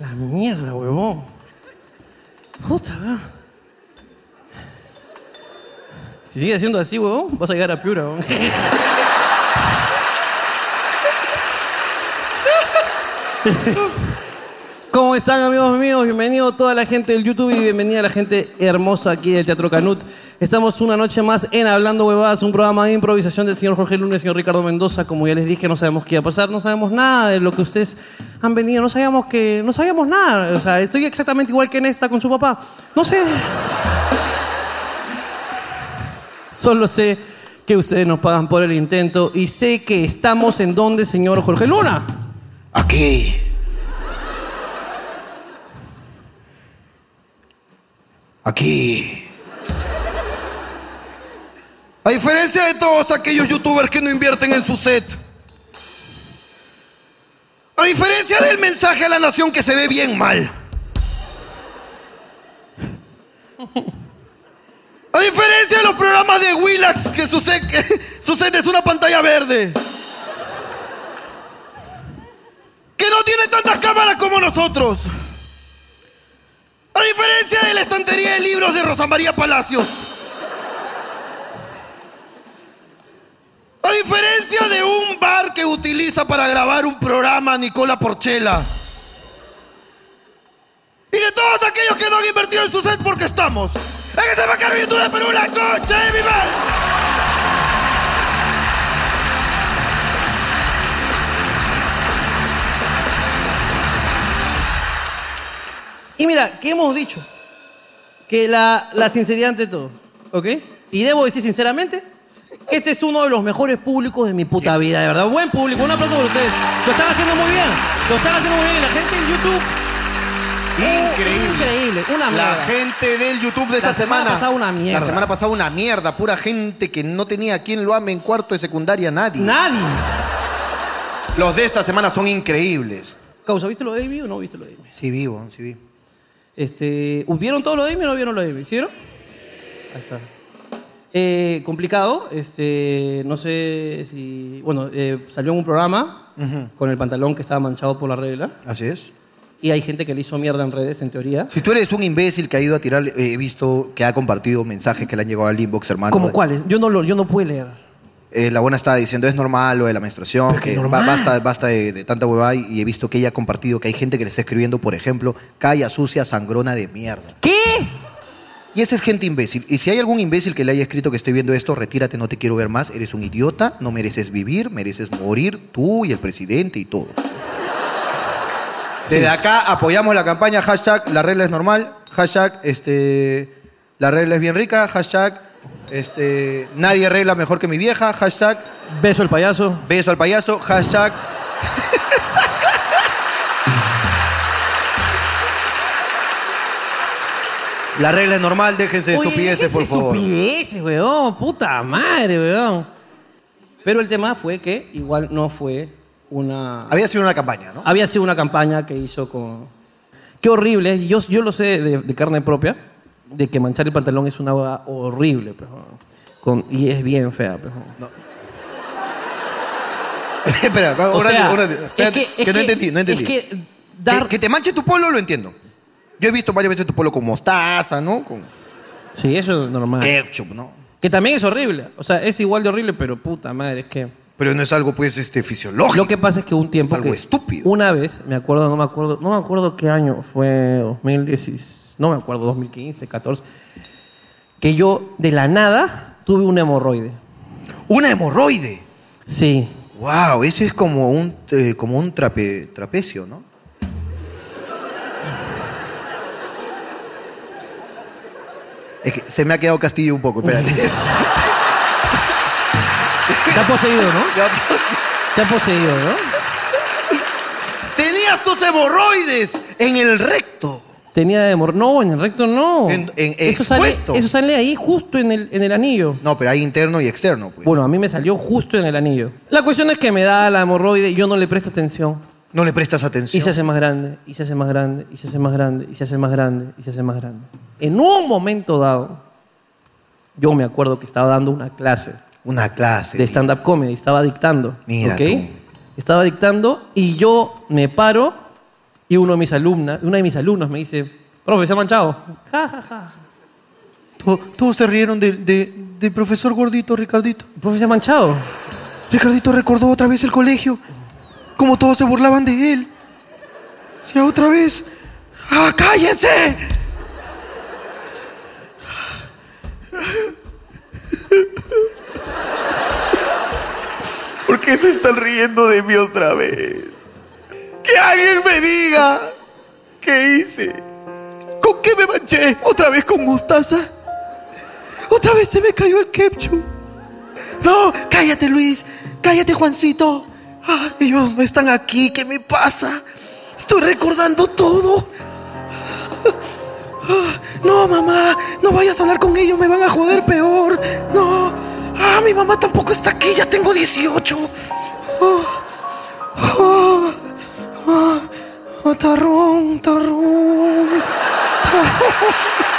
La mierda, huevón. Puta, va. Si sigue siendo así, huevón, vas a llegar a Piura, huevón. ¿Cómo están, amigos míos? Bienvenido toda la gente del YouTube y bienvenida a la gente hermosa aquí del Teatro Canut. Estamos una noche más en Hablando Huevadas, un programa de improvisación del señor Jorge Luna y el señor Ricardo Mendoza. Como ya les dije, no sabemos qué iba a pasar, no sabemos nada de lo que ustedes han venido, no sabíamos que. no sabíamos nada. O sea, estoy exactamente igual que en esta con su papá. No sé. Solo sé que ustedes nos pagan por el intento y sé que estamos en donde, señor Jorge Luna. Aquí. Aquí. A diferencia de todos aquellos youtubers que no invierten en su set. A diferencia del mensaje a la nación que se ve bien mal. A diferencia de los programas de Willax que su set, que su set es una pantalla verde. Que no tiene tantas cámaras como nosotros. A diferencia de la estantería de libros de Rosa María Palacios. A diferencia de un bar que utiliza para grabar un programa Nicola Porchela. Y de todos aquellos que no han invertido en su set porque estamos. En ese macaro YouTube de Perú, la concha de mi madre. Y mira, ¿qué hemos dicho? Que la, la sinceridad ante todo, ¿ok? Y debo decir sinceramente, este es uno de los mejores públicos de mi puta vida, de verdad. Buen público, un aplauso para ustedes. Lo están haciendo muy bien, lo están haciendo muy bien. La gente del YouTube... oh, Increíble. Increíble, una La mierda. gente del YouTube de La esta semana semana. pasada una mierda. La semana pasada una mierda. Pura gente que no tenía quien lo ame en cuarto de secundaria. Nadie. Nadie. Los de esta semana son increíbles. Causa, ¿viste lo de Amy o no viste lo de Amy? Sí vivo, sí vi. Este, ¿Vieron todo lo de Amy o no vieron lo de Amy? ¿Sí vieron? Ahí está. Eh, complicado, este, no sé si... Bueno, eh, salió en un programa con el pantalón que estaba manchado por la regla. Así es. Y hay gente que le hizo mierda en redes, en teoría. Si tú eres un imbécil que ha ido a tirar, eh, he visto que ha compartido mensajes que le han llegado al inbox, hermano. ¿Cómo cuáles? Yo no, lo, yo no pude leer. Eh, la buena estaba diciendo, es normal lo de la menstruación, que ba- basta, basta de, de tanta huevada y y he visto que ella ha compartido que hay gente que le está escribiendo, por ejemplo, calla sucia, sangrona de mierda. ¿Qué? Y esa es gente imbécil. Y si hay algún imbécil que le haya escrito que esté viendo esto, retírate, no te quiero ver más, eres un idiota, no mereces vivir, mereces morir, tú y el presidente y todo. Desde acá apoyamos la campaña, hashtag la regla es normal, hashtag este, la regla es bien rica, hashtag este, nadie regla mejor que mi vieja, hashtag beso al payaso, beso al payaso, hashtag la regla es normal, déjense de Oye, estupideces por déjense de favor. Estupideces, weón, puta madre, weón. Pero el tema fue que igual no fue una... Había sido una campaña, ¿no? Había sido una campaña que hizo con... Qué horrible, y yo, yo lo sé de, de carne propia, de que manchar el pantalón es una hueá horrible, pues, weón. Con- y es bien fea. pues, weón. Espera, O ahora sea, ahora- es espérate, que- es que no que- entendí, no entendí. Es que Que, que te manche tu polo, lo entiendo. Yo he visto varias veces tu polo con mostaza, ¿no? Con Sí, eso es normal. ketchup, ¿no? Que también es horrible. O sea, es igual de horrible, pero puta madre, es que. Pero no es algo, pues, este, fisiológico. Lo que pasa es que un tiempo. algo que- Una vez, me acuerdo, no me acuerdo, no me acuerdo qué año fue, 2016, no me acuerdo, 2015, 14, que yo de la nada tuve un hemorroide. ¿Una hemorroide? Sí. Wow, eso es como un, eh, como un trape- trapecio, ¿no? Es que se me ha quedado Castillo un poco, espérate. Te ha poseído, ¿no? Te ha poseído, ¿no? Tenías tus hemorroides en el recto. Tenía hemorroide. No, en el recto no. En- en- eso, sale, expuesto. eso sale ahí justo en el, en el anillo. No, pero hay interno y externo, pues. Bueno, a mí me salió justo en el anillo. La cuestión es que me da la hemorroide y yo no le presto atención. No le prestas atención. Y se hace más grande, y se hace más grande, y se hace más grande, y se hace más grande, y se hace más grande. En un momento dado, yo me acuerdo que estaba dando una clase. Una clase. De stand-up comedy, estaba dictando. Mira ¿ok? tú. Estaba dictando y yo me paro y uno de mis alumnas, una de mis alumnos me dice, profe, se ha manchado. Ja, ja, ja. Todos se rieron del profesor gordito, Ricardito. Profe, se ha manchado. Ricardito recordó otra vez el colegio. Como todos se burlaban de él. sea, otra vez. ¡Ah, cállense! ¿Por qué se están riendo de mí otra vez? Que alguien me diga qué hice. ¿Con qué me manché? ¿Otra vez con mostaza? ¿Otra vez se me cayó el ketchup? No, cállate Luis, cállate Juancito. Ah, ellos no están aquí, ¿qué me pasa? Estoy recordando todo. Ah, No, mamá, no vayas a hablar con ellos, me van a joder peor. No. Ah, mi mamá tampoco está aquí, ya tengo 18. Ah, ah, ah, ah, tarrón, tarrón. tarrón.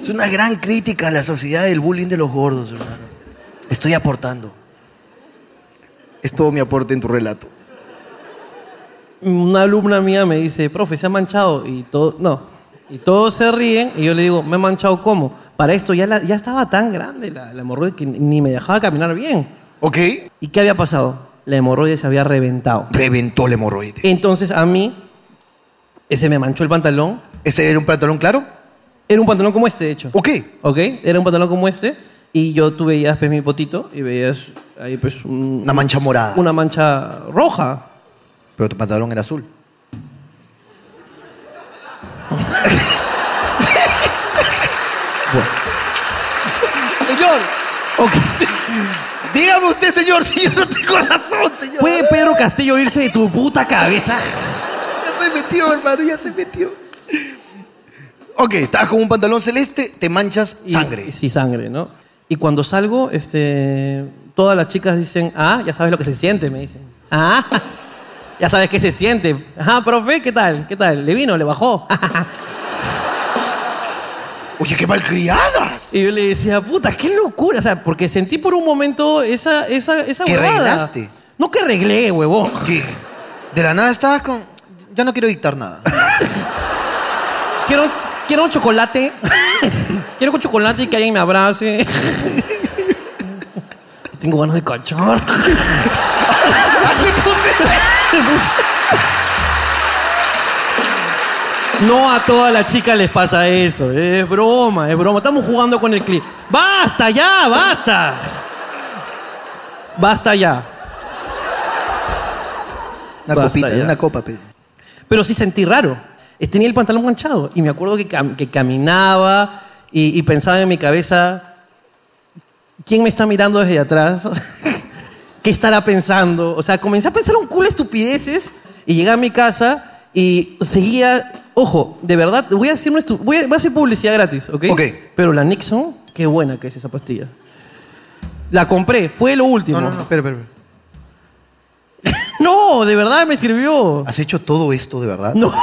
Es una gran crítica a la sociedad del bullying de los gordos, hermano. Estoy aportando. Es todo mi aporte en tu relato. Una alumna mía me dice, profe, se ha manchado. Y todo, no. Y todos se ríen y yo le digo, ¿me he manchado cómo? Para esto ya, la- ya estaba tan grande la, la hemorroide que ni me dejaba caminar bien. Ok. ¿Y qué había pasado? La hemorroide se había reventado. Reventó el hemorroide. Entonces a mí, ese me manchó el pantalón. ¿Ese era un pantalón claro? Era un pantalón como este, de hecho. Ok. Ok, era un pantalón como este. Y yo tú veías pues, mi potito y veías ahí pues un- Una mancha morada. Una mancha roja. Pero tu pantalón era azul. Señor. Ok. Dígame usted, señor, si yo no tengo razón, señor. ¿Puede Pedro Castillo irse de tu puta cabeza? Ya se metió, hermano, ya se metió. Ok, estás con un pantalón celeste, te manchas sangre. Sí, sangre, ¿no? Y cuando salgo, este, todas las chicas dicen, ah, ya sabes lo que se siente, me dicen. Ah, ya sabes qué se siente. Ah, profe, ¿qué tal? ¿Qué tal? ¿Le vino? ¿Le bajó? Oye, qué malcriadas. Y yo le decía, puta, qué locura. O sea, porque sentí por un momento esa, esa, esa ¿Qué huevada. arreglaste? No que arreglé, huevón. De la nada estabas con. Ya no quiero dictar nada. Quiero, quiero un chocolate. quiero un chocolate y que alguien me abrace. Tengo ganas de cachar. No a todas las chicas les pasa eso. Es broma, es broma. Estamos jugando con el clip. ¡Basta ya! ¡Basta! Basta ya. Una Basta copita, ya. una copa, pe. Pero sí sentí raro. Eh, Tenía el pantalón manchado. Y me acuerdo que, cam- que caminaba y, y pensaba en mi cabeza, ¿quién me está mirando desde atrás? ¿Qué estará pensando? O sea, comencé a pensar un culo de estupideces y llegué a mi casa y seguía... Ojo, de verdad, voy a hacer, una estu- voy a, voy a hacer publicidad gratis, ¿ok? Ok. Pero la Nixon, qué buena que es esa pastilla. La compré, fue lo último. No, no, no, espera, espera. No, de verdad me sirvió. ¿Has hecho todo esto de verdad? No.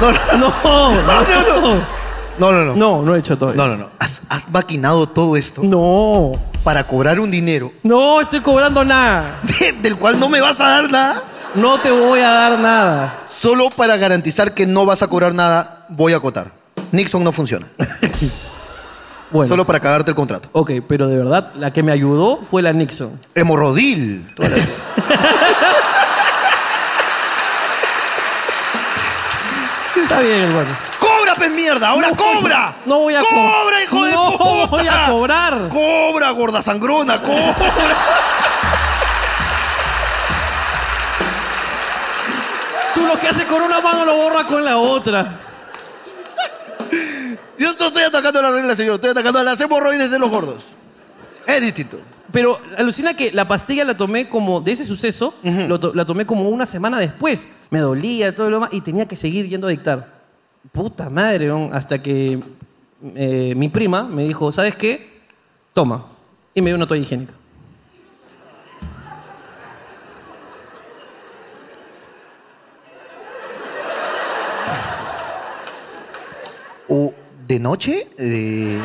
No, no, no. No, no, no. No, no he hecho todo No, no, no. ¿Has, has maquinado todo esto? No. para cobrar un dinero. No estoy cobrando nada. ¿Del cual no me vas a dar nada? No te voy a dar nada. Solo para garantizar que no vas a cobrar nada, voy a acotar. Nixon no funciona. Bueno. Solo para cagarte el contrato. Ok, pero de verdad, la que me ayudó fue la Nixon. Hemorrodil. Toda la- Está bien, hermano. ¡Cobra, pues mierda! ¡Ahora cobra! No voy a co- ¡Cobra, hijo de No puta! voy a cobrar. ¡Cobra, gorda sangrona! ¡Cobra! Tú lo que haces con una mano lo borras con la otra. Yo no estoy atacando la regla, señor. Estoy atacando a las hemorroides de los gordos. Es distinto. Pero alucina que la pastilla la tomé como, de ese suceso, lo to- la tomé como una semana después. Me dolía, todo lo demás, y tenía que seguir yendo a dictar. Puta madre, weón, hasta que eh, mi prima me dijo, ¿sabes qué? Toma. Y me dio una toalla higiénica. ¿O de noche? Eh,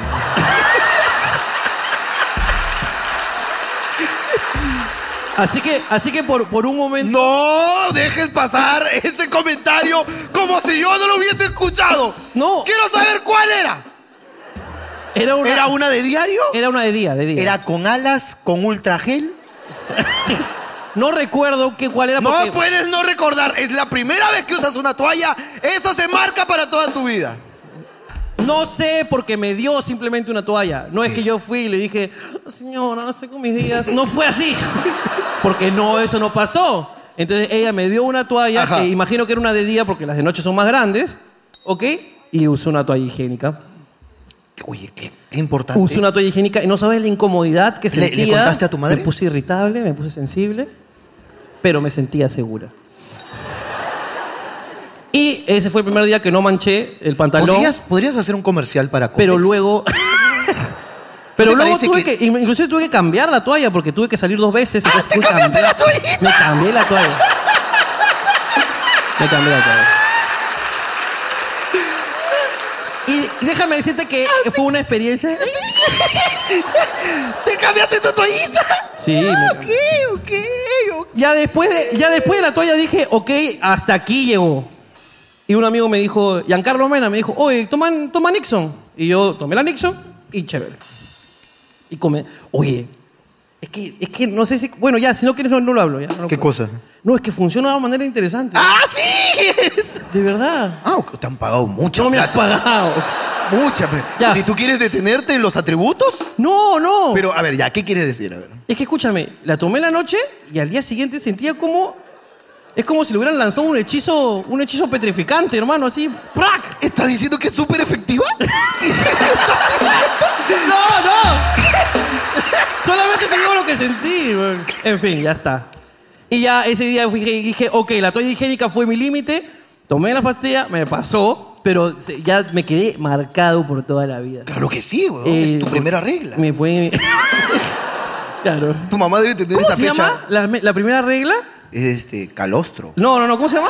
Así que, así que por, por un momento... ¡No! ¡Dejes pasar ese comentario como si yo no lo hubiese escuchado! ¡No! ¡Quiero saber cuál era! Era una, ¿Era una de diario? Era una de día, de día. ¿Era con alas, con ultragel? No recuerdo qué, cuál era No porque- puedes no recordar. Es la primera vez que usas una toalla. Eso se marca para toda tu vida. pues. No sé porque me dio simplemente una toalla. No es que yo fui y le dije, "Ah, señora, estoy con mis días. No fue así. Porque no, eso no pasó. Entonces ella me dio una toalla, Ajá. que imagino que era una de día porque las de noche son más grandes, ¿ok? Y usé una toalla higiénica. Oye, qué, qué importante. Usé una toalla higiénica y no sabes la incomodidad que ¿Le- le sentía. contaste a tu madre? Me puse irritable, me puse sensible, pero me sentía segura. Y ese fue el primer día que no manché el pantalón. ¿Podrías, podrías hacer un comercial para Cotex? Pero luego. ¿No Pero te luego parece tuve que- que... Inclusive tuve que cambiar la toalla porque tuve que salir dos veces. ¡Ah, te cambiaste la toallita! Me cambié la toalla. me cambié la toalla. Y déjame decirte que Ah, fue una experiencia. ¡Te cambiaste tu toallita! Sí, me ok, cambié. ok, ok. ya después de, ya después de la toalla dije, ok, hasta aquí llegó. Y un amigo me dijo, Giancarlo Mena me dijo, oye, toma, toma Nixon. Y yo tomé la Nixon y chévere. Y come, oye, es que, es que no sé si, bueno, ya, si no quieres no, no lo hablo. Ya, no lo ¿Qué cuento. cosa? No, es que funciona de una manera interesante. ¡Ah, sí! De verdad. Ah, ok, te han pagado mucho. No me has plata. pagado. Mucha. pe- Ya. Si tú quieres detenerte en los atributos. No, no. Pero, a ver, ya, ¿qué quieres decir? A ver. Es que escúchame, la tomé en la noche y al día siguiente sentía como. Es como si le hubieran lanzado un hechizo, un hechizo petrificante, hermano, así. ¡Prac! ¿Estás diciendo que es súper efectiva? ¡No, no! Solamente te digo lo que sentí, weón. En fin, ya está. Y ya ese día fui- dije, ok, la toalla higiénica fue mi límite, tomé la pastilla, me pasó, pero se- ya me quedé marcado por toda la vida. claro que sí, weón. Eh, es tu primera regla. Me fue. claro. Tu mamá debe tener ¿Cómo esta se fecha. llama? La, me- la primera regla. Este, calostro. No, no, no, ¿cómo se llama?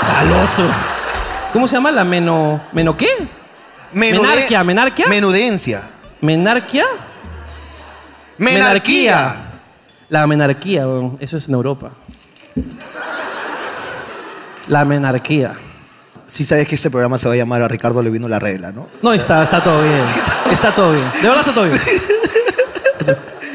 Calostro. ¿Cómo se llama la meno. ¿Meno qué? Menarquia, menarquia. Menudencia. ¿Menarquía? Menarquía. La menarquía, weón. Eso es en Europa. La menarquía. Si sabes que este programa se va a llamar a Ricardo le vino la regla, ¿no? No, está, está todo bien. Está todo bien. De verdad está todo bien.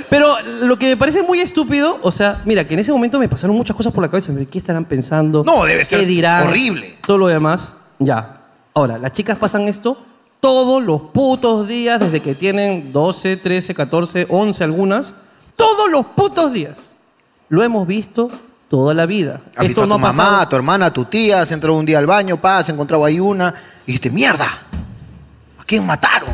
Pero lo que me parece muy estúpido, o sea, mira, que en ese momento me pasaron muchas cosas por la cabeza. ¿Qué estarán pensando? No, debe ¿Qué ser dirán? horrible. Todo lo demás, ya. Ahora, las chicas pasan esto todos los putos días desde que tienen 12, 13, 14, 11 algunas. Todos los putos días. Lo hemos visto toda la vida. Has visto a tu no ha mamá, pasado. a tu hermana, a tu tía, has entrado un día al baño, pa, has encontrado ahí una, y dijiste, mierda, ¿a quién mataron?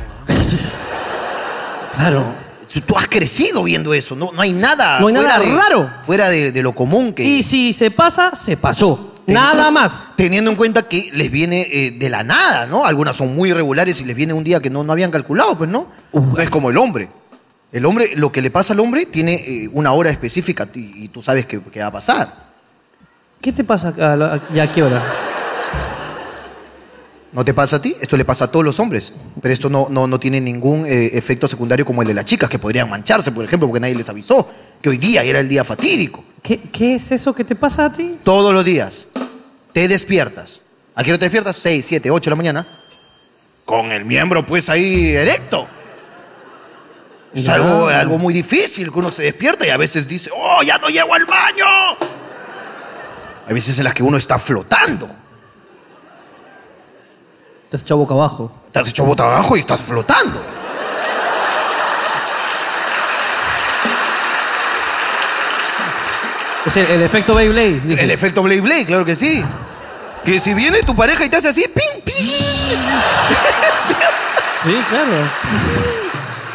Claro. Tú, tú has crecido viendo eso, no, no hay nada. No hay nada fuera de- raro. Fuera de, de lo común que. Y si se pasa, se pasó. Nada más. Teniendo en cuenta que les viene eh, de la nada, ¿no? Algunas son muy irregulares y les viene un día que no, no habían calculado, pues, ¿no? No es como el hombre. El hombre, lo que le pasa al hombre tiene eh, una hora específica y, y tú sabes que, que va a pasar. ¿Qué te pasa a la- y a qué hora? No te pasa a ti, esto le pasa a todos los hombres. Pero esto no, no, no tiene ningún eh, efecto secundario como el de las chicas, que podrían mancharse, por ejemplo, porque nadie les avisó que hoy día era el día fatídico. ¿Qué, qué es eso que te pasa a ti? Todos los días te despiertas. ¿A qué hora te despiertas? 6, 7, 8 de la mañana. Con el miembro, pues, ahí erecto. Es algo, algo muy difícil que uno se despierta y a veces dice, ¡Oh, ya no llego al baño! Hay veces en las que uno está flotando. Te has echado boca abajo. Te has hecho bota abajo y estás flotando. Es el, el efecto Beyblade. dije. El efecto Blade Blade, claro que sí. Que si viene tu pareja y te hace así, ¡pim, pim! Sí, claro.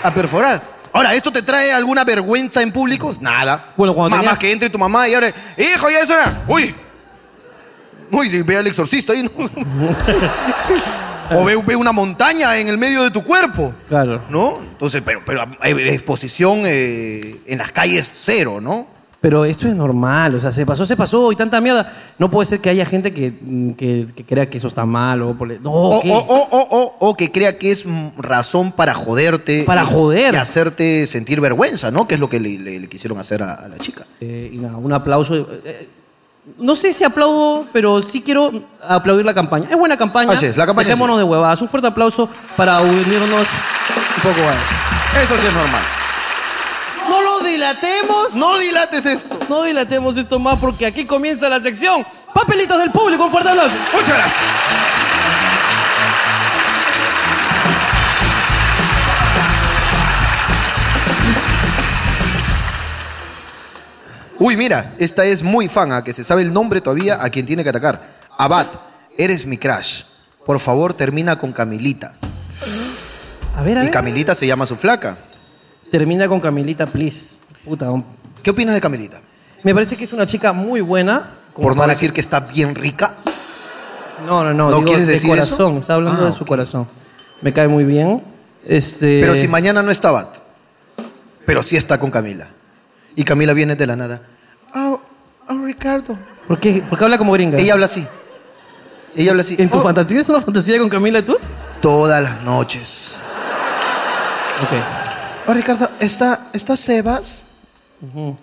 A perforar. Ahora, ¿esto te trae alguna vergüenza en público? Nada. Bueno, cuando Más, tenías- más que entre tu mamá y ahora, ¡hijo, ya es hora! ¡Uy! Uy, ve al exorcista ahí, ¿no? o ve, ve una montaña en el medio de tu cuerpo. Claro. ¿No? Entonces, pero, pero hay exposición eh, en las calles cero, ¿no? Pero esto es normal, o sea, se pasó, se pasó y tanta mierda. No puede ser que haya gente que, mm, que, que crea que eso está mal o... por- No, O, ¿qué? o- o- o- o- o que crea que es mm, razón para joderte. Para y- joder. Y hacerte sentir vergüenza, ¿no? Que es lo que le, le- le quisieron hacer a, a la chica. Eh, y nada, un aplauso. eh, eh, No sé si aplaudo, pero sí quiero aplaudir la campaña. Es buena campaña. Así es, la campaña Dejémonos de huevadas. Un fuerte aplauso para unirnos un poco más. Eso sí es normal. No lo dilatemos. No dilates esto. No dilatemos esto más porque aquí comienza la sección. Papelitos del público. Un fuerte aplauso. Muchas gracias. Uy, mira, esta es muy fan, a que se sabe el nombre todavía a quien tiene que atacar. Abad, eres mi crush. Por favor, termina con Camilita. A ver, a Y ver. Camilita se llama su flaca. Termina con Camilita, please. Puta. ¿Qué opinas de Camilita? Me parece que es una chica muy buena. como Por no para decir que está bien rica. No, no, no. ¿No digo, quieres de decir corazón. eso? Está hablando Ah, de su corazón. Me cae muy bien. Este. Pero si mañana no está Abad, pero sí está con Camila. Y Camila viene de la nada. Ah, Ricardo. ¿Por qué? ¿Por qué habla como gringa? Ella habla así. Ella habla así. ¿En tu Oh. fantasía tienes una fantasía con Camila tú? Todas las noches. Ok. Oh, Ricardo, ¿está, está Sebas? No,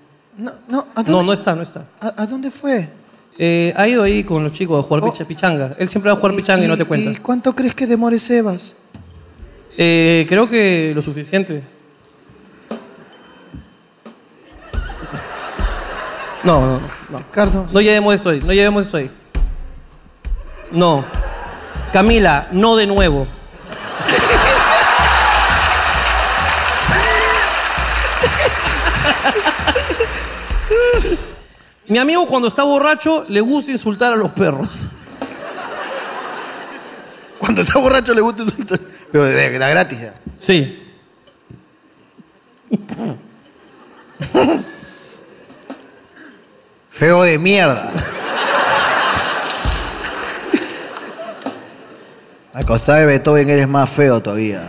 no, ¿a No, dónde, no está, no está. ¿a, a dónde fue? Eh, ha ido ahí con los chicos a jugar Oh. picha- pichanga. Él siempre va a jugar pichanga y, no te cuenta. ¿Y cuánto crees que demore Sebas? Eh, creo que lo suficiente. No, no, no. Ricardo. No llevemos esto ahí, no llevemos esto ahí. No. Camila, no de nuevo. Mi amigo cuando está borracho le gusta insultar a los perros. Cuando está borracho le gusta insultar. Pero de, de- de gratis ya. Sí. Feo de mierda. Al costado de Beethoven eres más feo todavía.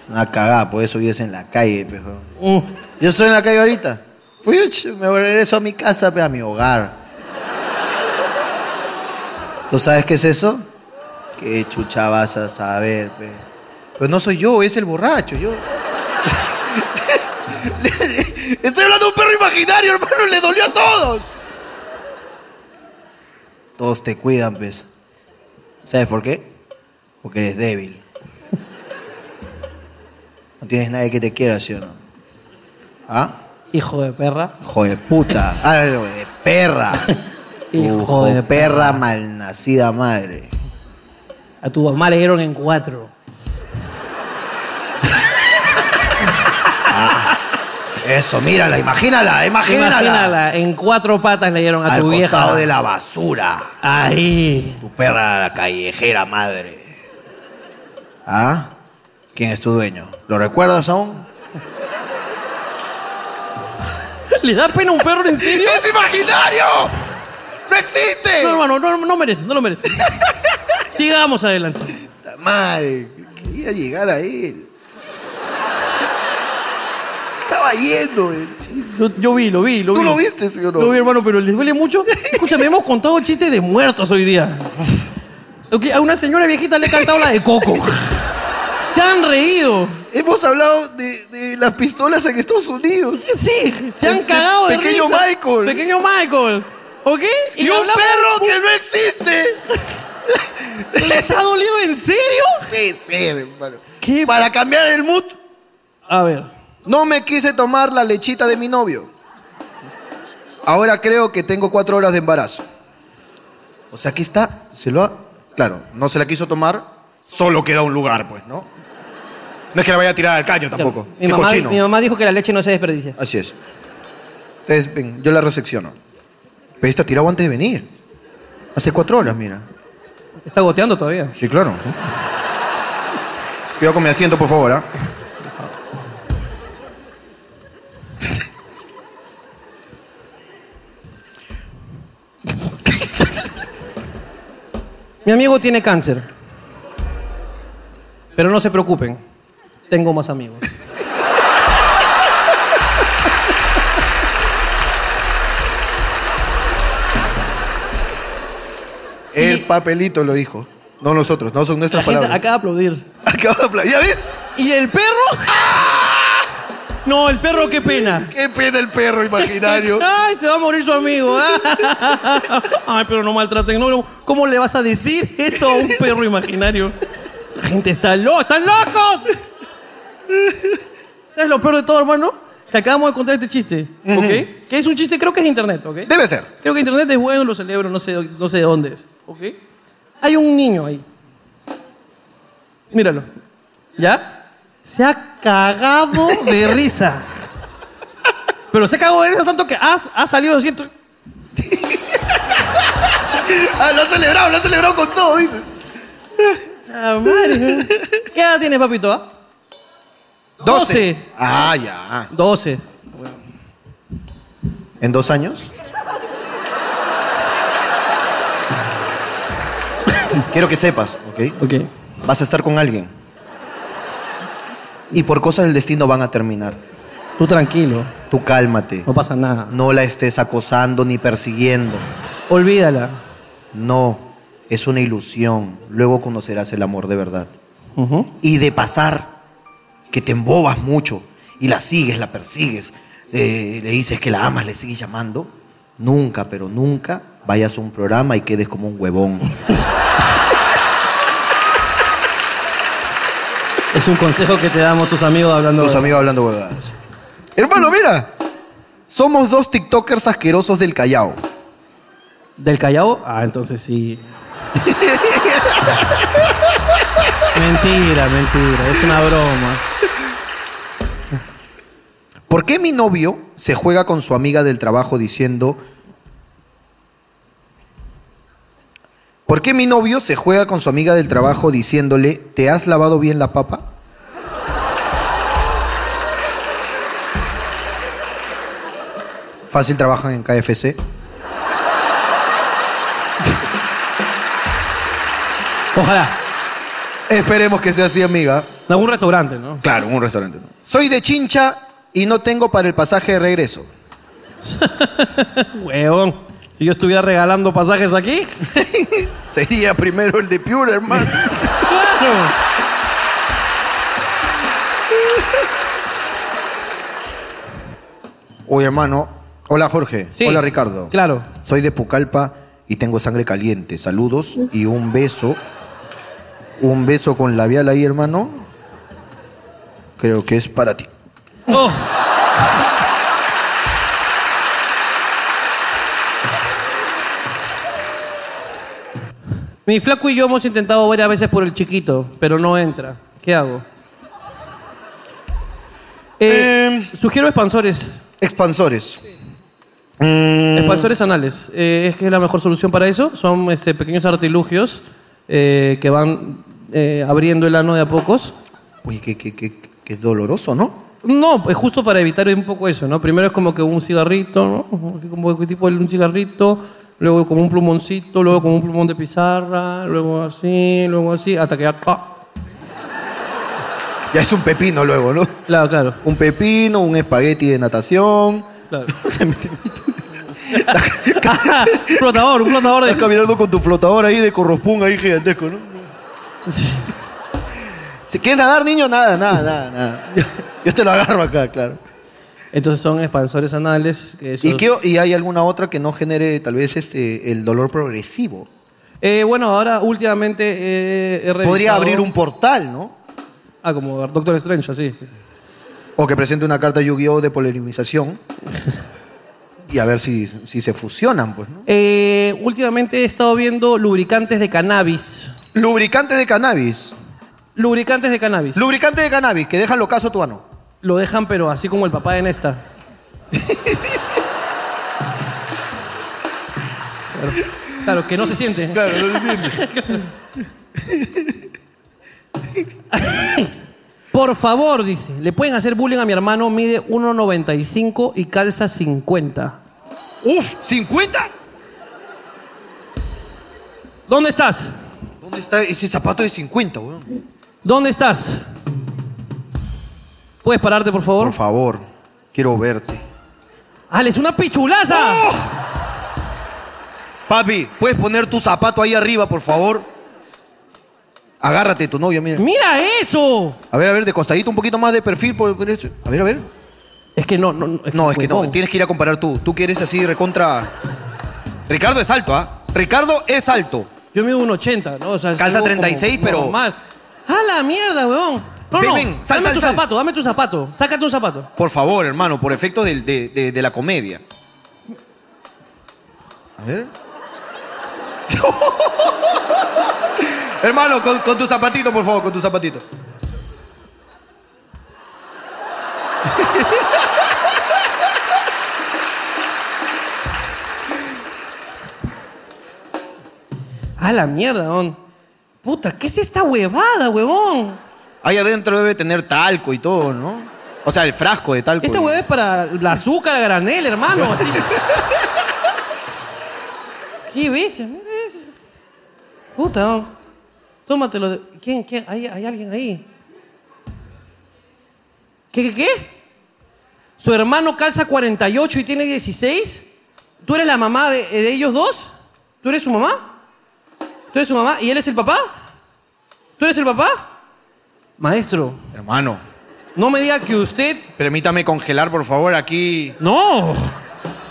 Es Una cagada, por eso vives en la calle, pejo. Mm. Yo estoy en la calle ahorita. Pues yo, ch- me regreso a mi casa, pe, a mi hogar. ¿Tú sabes qué es eso? ¿Qué chucha vas a saber, pe? Pero no soy yo, es el borracho, yo. Estoy hablando de un perro imaginario, hermano, le dolió a todos. Todos te cuidan, pues. ¿Sabes por qué? Porque eres débil. No tienes nadie que te quiera, ¿sí o no? ¿Ah? Hijo de perra. Hijo de puta. Algo de perra. Hijo Hijo de de perra malnacida madre. A tu mamá le dieron en cuatro. Eso, mírala, imagínala, imagínala. Imagínala, en cuatro patas le dieron a Al tu costado vieja. de la basura. Ahí. Tu perra callejera madre. ¿Ah? ¿Quién es tu dueño? ¿Lo recuerdas aún? ¿Le da pena a un perro en serio? ¡Es imaginario! ¡No existe! No, hermano, no, no merece, no lo merece. Sigamos adelante. La madre, quería llegar a él. Estaba yendo, eh. Yo, yo vi, lo vi, lo ¿Tú vi. lo viste, sí o no? Lo vi, hermano, pero les duele mucho. Escúchame, hemos contado chistes de muertos hoy día. que a una señora viejita le he cantado la de Coco. Se han reído. Hemos hablado de, de las pistolas en Estados Unidos. Sí, se han cagado de Pequeño risa. Michael. Pequeño Michael. ¿Ok? Y, un hablamos- perro que no existe. ¿Les ha dolido en serio? Sí, sí, hermano. Para cambiar el mood. A ver. No me quise tomar la lechita de mi novio. Ahora creo que tengo cuatro horas de embarazo. O sea, aquí está. Se lo ha... Claro, no se la quiso tomar. Solo queda un lugar, pues, ¿no? No es que la vaya a tirar al caño tampoco. Mi Qué mamá, cochino. mi mamá dijo que la leche no se desperdicia. Así es. Entonces, ven, yo la resecciono. Pero está tirado antes de venir. Hace cuatro horas, mira. Está goteando todavía. Sí, claro. Cuidado con mi asiento, por favor, ¿ah? Mi amigo tiene cáncer. Pero no se preocupen. Tengo más amigos. El papelito lo dijo. No nosotros, no son La nuestras gente palabras. acaba de aplaudir. Acaba de aplaudir. ¿Ya ves? ¿Y el perro? No, el perro, qué pena. Qué pena el perro imaginario. Ay, se va a morir su amigo. ¿ah? Ay, pero no maltraten. No, no. ¿Cómo le vas a decir eso a un perro imaginario? La gente está loca, están locos. ¿Sabes lo peor de todo, hermano? Que acabamos de contar este chiste, ¿ok? Que es un chiste, creo que es internet, ¿ok? Debe ser. Creo que internet es bueno, lo celebro, no sé, no sé de dónde es, ¿ok? Hay un niño ahí. Míralo. ¿Ya? Se ha cagado de risa. Pero se cagó de risa tanto que ha, ha salido siento. ah, lo ha celebrado, lo ha celebrado con todo, dices. Ah, madre. ¿Qué edad tiene, papito? ah? Doce. Ah, ya. 12. ¿En dos años? Quiero que sepas, ¿ok? Vas a estar con alguien. Y por cosas del destino van a terminar. Tú tranquilo. Tú cálmate. No pasa nada. No la estés acosando ni persiguiendo. Olvídala. No, es una ilusión. Luego conocerás el amor de verdad. Y de pasar, que te embobas mucho y la sigues, la persigues, eh, le dices que la amas, le sigues llamando, nunca, pero nunca vayas a un programa y quedes como un huevón. Es un consejo que te damos tus amigos hablando. Tus amigos hablando huevadas. Hermano, mira. Somos dos TikTokers asquerosos del Callao. ¿Del Callao? Ah, entonces sí. mentira, mentira. Es una broma. ¿Por qué mi novio se juega con su amiga del trabajo diciendo... ¿Por qué mi novio se juega con su amiga del trabajo diciéndole, ¿te has lavado bien la papa? Fácil trabajan en KFC. Ojalá. Esperemos que sea así, amiga. En algún restaurante, ¿no? Claro, en un restaurante. Soy de Chincha y no tengo para el pasaje de regreso. Huevón. Si yo estuviera regalando pasajes aquí. Sería primero el de Pure, hermano. claro. Oye, hermano. Hola, Jorge. Sí. Hola, Ricardo. Claro. Soy de Pucallpa y tengo sangre caliente. Saludos y un beso. Un beso con labial ahí, hermano. Creo que es para ti. Oh. Mi flaco y yo hemos intentado varias veces por el chiquito, pero no entra. ¿Qué hago? Eh, sugiero expansores. Expansores. Expansores anales. Eh, es que es la mejor solución para eso. Son este, pequeños artilugios eh, que van eh, abriendo el ano de a pocos. Oye, qué, qué, qué, qué doloroso, ¿no? No, es justo para evitar un poco eso, ¿no? Primero es como que un cigarrito, ¿no? Como que tipo un cigarrito, luego como un plumoncito, luego como un plumón de pizarra, luego así, luego así, hasta que ya... ¡pa! Ya es un pepino luego, ¿no? Claro, claro. Un pepino, un espagueti de natación. Claro. flotador, un flotador. Estás caminando con tu flotador ahí de corrospón ahí gigantesco, ¿no? Si quieres nadar, niño, nada, nada, nada, nada. Yo, yo te lo agarro acá, claro. Entonces son expansores anales. que ¿Y, esos- qué o- y hay alguna otra que no genere tal vez este, el dolor progresivo? Eh, bueno, ahora últimamente eh, he revisado... Podría abrir un portal, ¿no? Ah, como Doctor Strange, así. O que presente una carta Yu-Gi-Oh! de polinización. y a ver si, si se fusionan, pues, ¿no? Eh, últimamente he estado viendo lubricantes de cannabis. ¿Lubricantes de cannabis? Lubricantes de cannabis. Lubricantes de cannabis, que dejan lo caso tu ano. Lo dejan, pero así como el papá de Nesta. claro, claro, que no se siente. Claro, no se siente. Por favor, dice, le pueden hacer bullying a mi hermano, mide 1,95 y calza 50. ¡Uf! ¿50? ¿Dónde estás? ¿Dónde está ese zapato de 50, weón? ¿Dónde estás? ¿Puedes pararte, por favor? Por favor, quiero verte. ¡Alex, una pichulaza! Papi, ¿puedes poner tu zapato ahí arriba, por favor? Agárrate tu novia, mira. ¡Mira eso! A ver, a ver, de costadito, un poquito más de perfil. Por, por eso. A ver, a ver. Es que no, no, no. Es no, es que no. Tienes que ir a comparar tú. Tú que eres así recontra... Ricardo es alto, ¿ah? Ricardo es alto. Yo mido un 80, ¿no? O sea, es Calza algo 36, pero- Normal. ¡A la mierda, weón! No, Ven, no, ven, sal, dame sal, tu sal. zapato, dame tu zapato. Sácate un zapato. Por favor, hermano, por efecto del- de, de- de la comedia. A ver. hermano, con, con tu zapatito, por favor, con tu zapatito. ¡A la mierda, weón! Puta, ¿qué es esta huevada, huevón? Ahí adentro debe tener talco y todo, ¿no? O sea, el frasco de talco. Esta huevada Este es para la azúcar, la granel, hermano. Así. ¡Qué bestia! mira eso. Puta, weón. Tómatelo. De... ¿Quién, quién? ¿Hay, hay alguien ahí? ¿Qué, qué, qué? ¿Su hermano calza 48 y tiene 16? ¿Tú eres la mamá de, eh, de ellos dos? ¿Tú eres su mamá? ¿Tú eres su mamá? ¿Y él es el papá? ¿Tú eres el papá? Maestro. Hermano, No me diga que usted. permítame congelar, por favor, aquí. ¡No!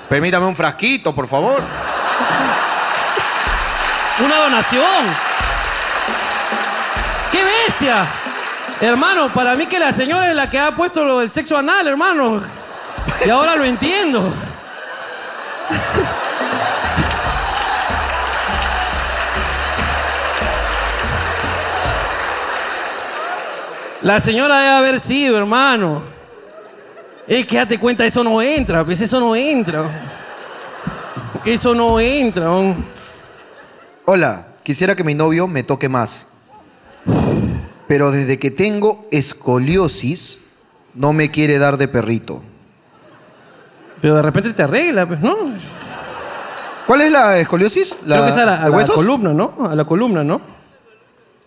Permítame un frasquito, por favor. ¡Una donación! ¡Qué bestia! Hermano, para mí que la señora es la que ha puesto lo del sexo anal, hermano. Y ahora lo entiendo. La señora debe haber sido, hermano. Es que date cuenta, eso no entra, pues eso no entra. Eso no entra. hon. Hola, quisiera que mi novio me toque más. Pero desde que tengo escoliosis, no me quiere dar de perrito. Pero de repente te arregla, pues, ¿no? ¿Cuál es la escoliosis? ¿La, Creo que es a la, a de la huesos? columna, ¿no? A la columna, ¿no?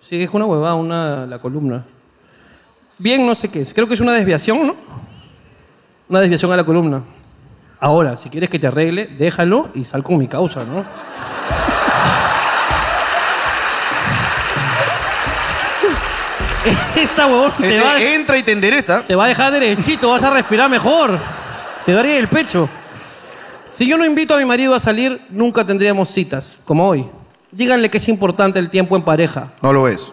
Sí, es una huevada, una la columna. Bien, no sé qué es. Creo que es una desviación, ¿no? Una desviación a la columna. Ahora, si quieres que te arregle, déjalo y sal con mi causa, ¿no? Esta huevón te Ese va a- entra y te endereza. Te va a dejar derechito, vas a respirar mejor. Te daría el pecho. Si yo no invito a mi marido a salir, nunca tendríamos citas, como hoy. Díganle que es importante el tiempo en pareja. No lo es.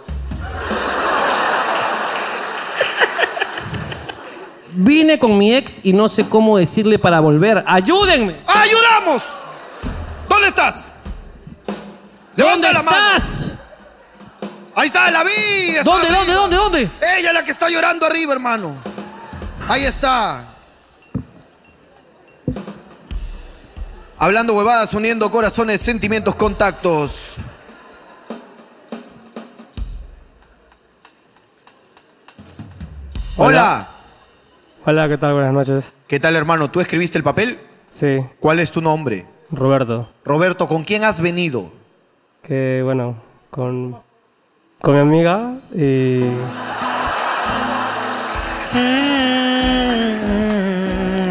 Vine con mi ex y no sé cómo decirle para volver. ¡Ayúdenme! ¡Ayudamos! ¿Dónde estás? ¿Dónde Levanta la mano. estás? Ahí está, la vi. está ¿Dónde, arriba. dónde, dónde, dónde? Ella es la que está llorando arriba, hermano. Ahí está. Hablando huevadas, uniendo corazones, sentimientos, contactos. Hola. Hola, ¿qué tal? Buenas noches. ¿Qué tal, hermano? ¿Tú escribiste el papel? Sí, ¿Cuál es tu nombre? Roberto. Roberto, ¿con quién has venido? Que bueno, con, con mi amiga y.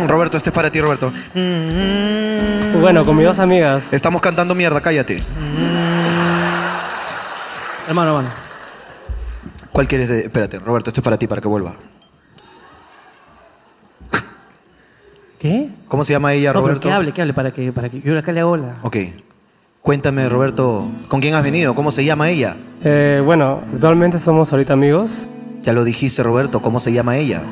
Roberto, este es para ti, Roberto. Bueno, con mis dos amigas. Estamos cantando mierda, cállate. Hermano, hermano. ¿Cuál quieres de.? Espérate, Roberto, esto es para ti, para que vuelva. ¿Qué? ¿Cómo se llama ella, No, pero Roberto? que hable, que hable para que, para que yo acá le hago la. Ok. Cuéntame, Roberto, ¿con quién has venido? ¿Cómo se llama ella? Eh, bueno, actualmente somos ahorita amigos. Ya lo dijiste, Roberto, ¿cómo se llama ella?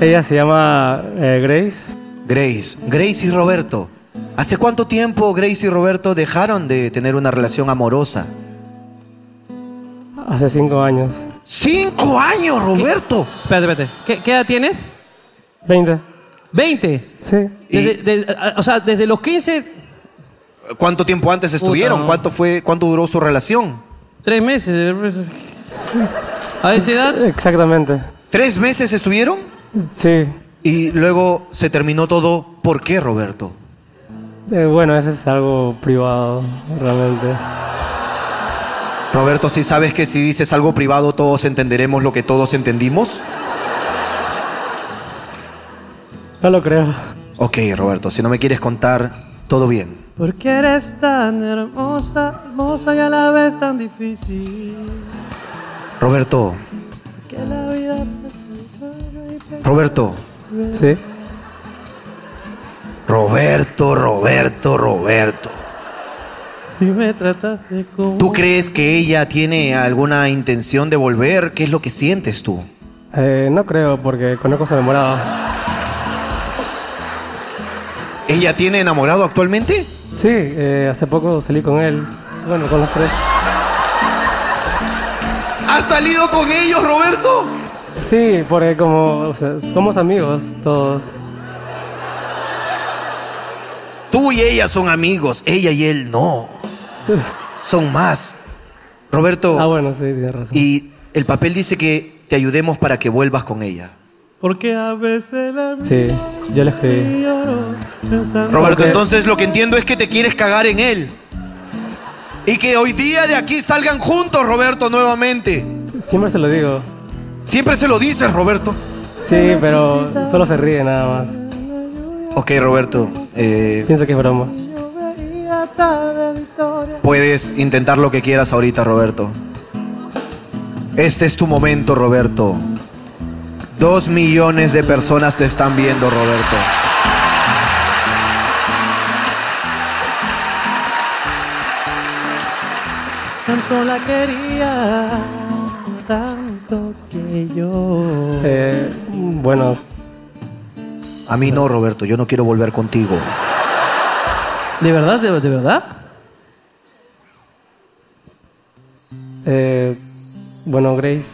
Ella se llama eh, Grace. Grace. Grace y Roberto. ¿Hace cuánto tiempo Grace y Roberto dejaron de tener una relación amorosa? Hace cinco años. ¡Cinco años, Roberto! Espérate, espérate. ¿Qué, qué edad tienes? 20. ¿20? Sí. o sea, desde los 15, ¿Cuánto tiempo antes estuvieron? no. ¿Cuánto, fue, ¿Cuánto duró su relación? tres meses. de repente- ¿A esa edad? Exactamente. ¿Tres meses estuvieron? Sí. Y luego se terminó todo. ¿Por qué, Roberto? Eh, bueno, eso es algo privado, realmente. Roberto, si sabes que si dices algo privado todos entenderemos lo que todos entendimos. No lo creo. Ok, Roberto, si no me quieres contar, todo bien. Porque eres tan hermosa, hermosa y a la vez tan difícil. Roberto, Que la vida. Roberto, Sí. Roberto, Roberto, Roberto. Si me trataste como. ¿Tú crees que ella tiene alguna intención de volver? ¿Qué es lo que sientes tú? Eh, no creo, porque conozco su enamorado. ¿Ella tiene enamorado actualmente? Sí, eh, hace poco salí con él. Bueno, con los tres. ¿Has salido con ellos, Roberto? Sí, porque como o sea, somos amigos todos. Tú y ella son amigos, ella y él no. Son más. Roberto. Ah, bueno, sí, tienes razón. Y el papel dice que te ayudemos para que vuelvas con ella. Porque a veces la Sí, Eh, yo le escribí. lloro pensando- Roberto, entonces lo que entiendo es que te quieres cagar en él. Y que hoy día de aquí salgan juntos, Roberto, nuevamente. Siempre se lo digo. Siempre se lo dices, Roberto. Sí, pero solo se ríe nada más. Ok, Roberto. eh, Piensa que es broma. Puedes intentar lo que quieras ahorita, Roberto. Este es tu momento, Roberto. Dos millones de personas te están viendo, Roberto. Tanto la quería, tanto que yo. Eh, bueno. A mí no, Roberto. Yo no quiero volver contigo. ¿De verdad? ¿De, de verdad? Eh, bueno, Grace,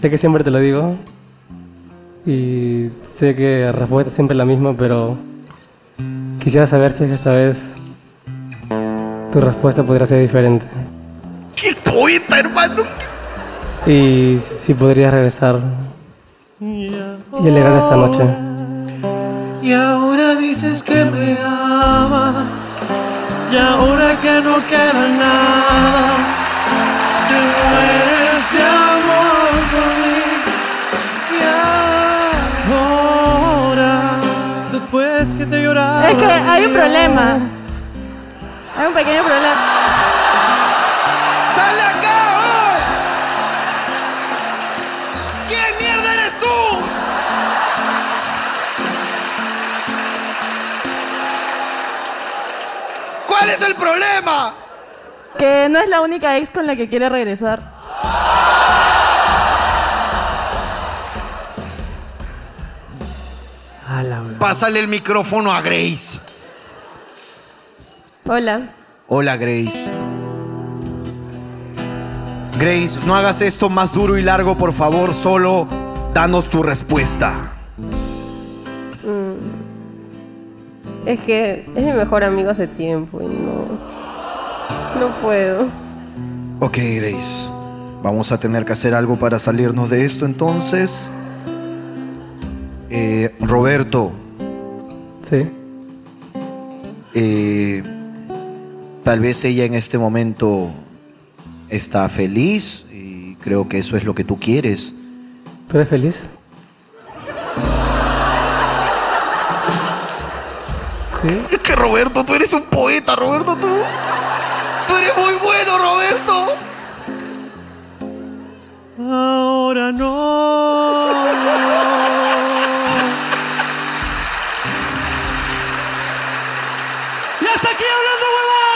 sé que siempre te lo digo. Y sé que la respuesta es siempre la misma, pero quisiera saber si es que esta vez tu respuesta podría ser diferente. ¡Qué poeta, hermano! Y si podrías regresar y alegrar esta noche. Y ahora dices que me amas. Y ahora que no queda nada. Te mueres de amor por mí. Y ahora, después que te lloraba. Es que hay un problema. Hay un pequeño problema. ¡Sale acá! oh! ¿Quién mierda eres tú? ¿Cuál es el problema? Que Eh, no es la única ex con la que quiere regresar. Pásale el micrófono a Grace. Hola. Hola, Grace. Grace, no hagas esto más duro y largo, por favor. Solo danos tu respuesta. Mm. Es que es mi mejor amigo hace tiempo y no. No puedo. Ok, Grace. Vamos a tener que hacer algo para salirnos de esto entonces. Eh, Roberto. Sí. Eh, tal vez ella en este momento está feliz y creo que eso es lo que tú quieres. ¿Tú eres feliz? Es que Roberto, tú eres un poeta, Roberto, tú. Tú eres muy bueno, Roberto. Ahora no. ¡Ya está aquí hablando huevada!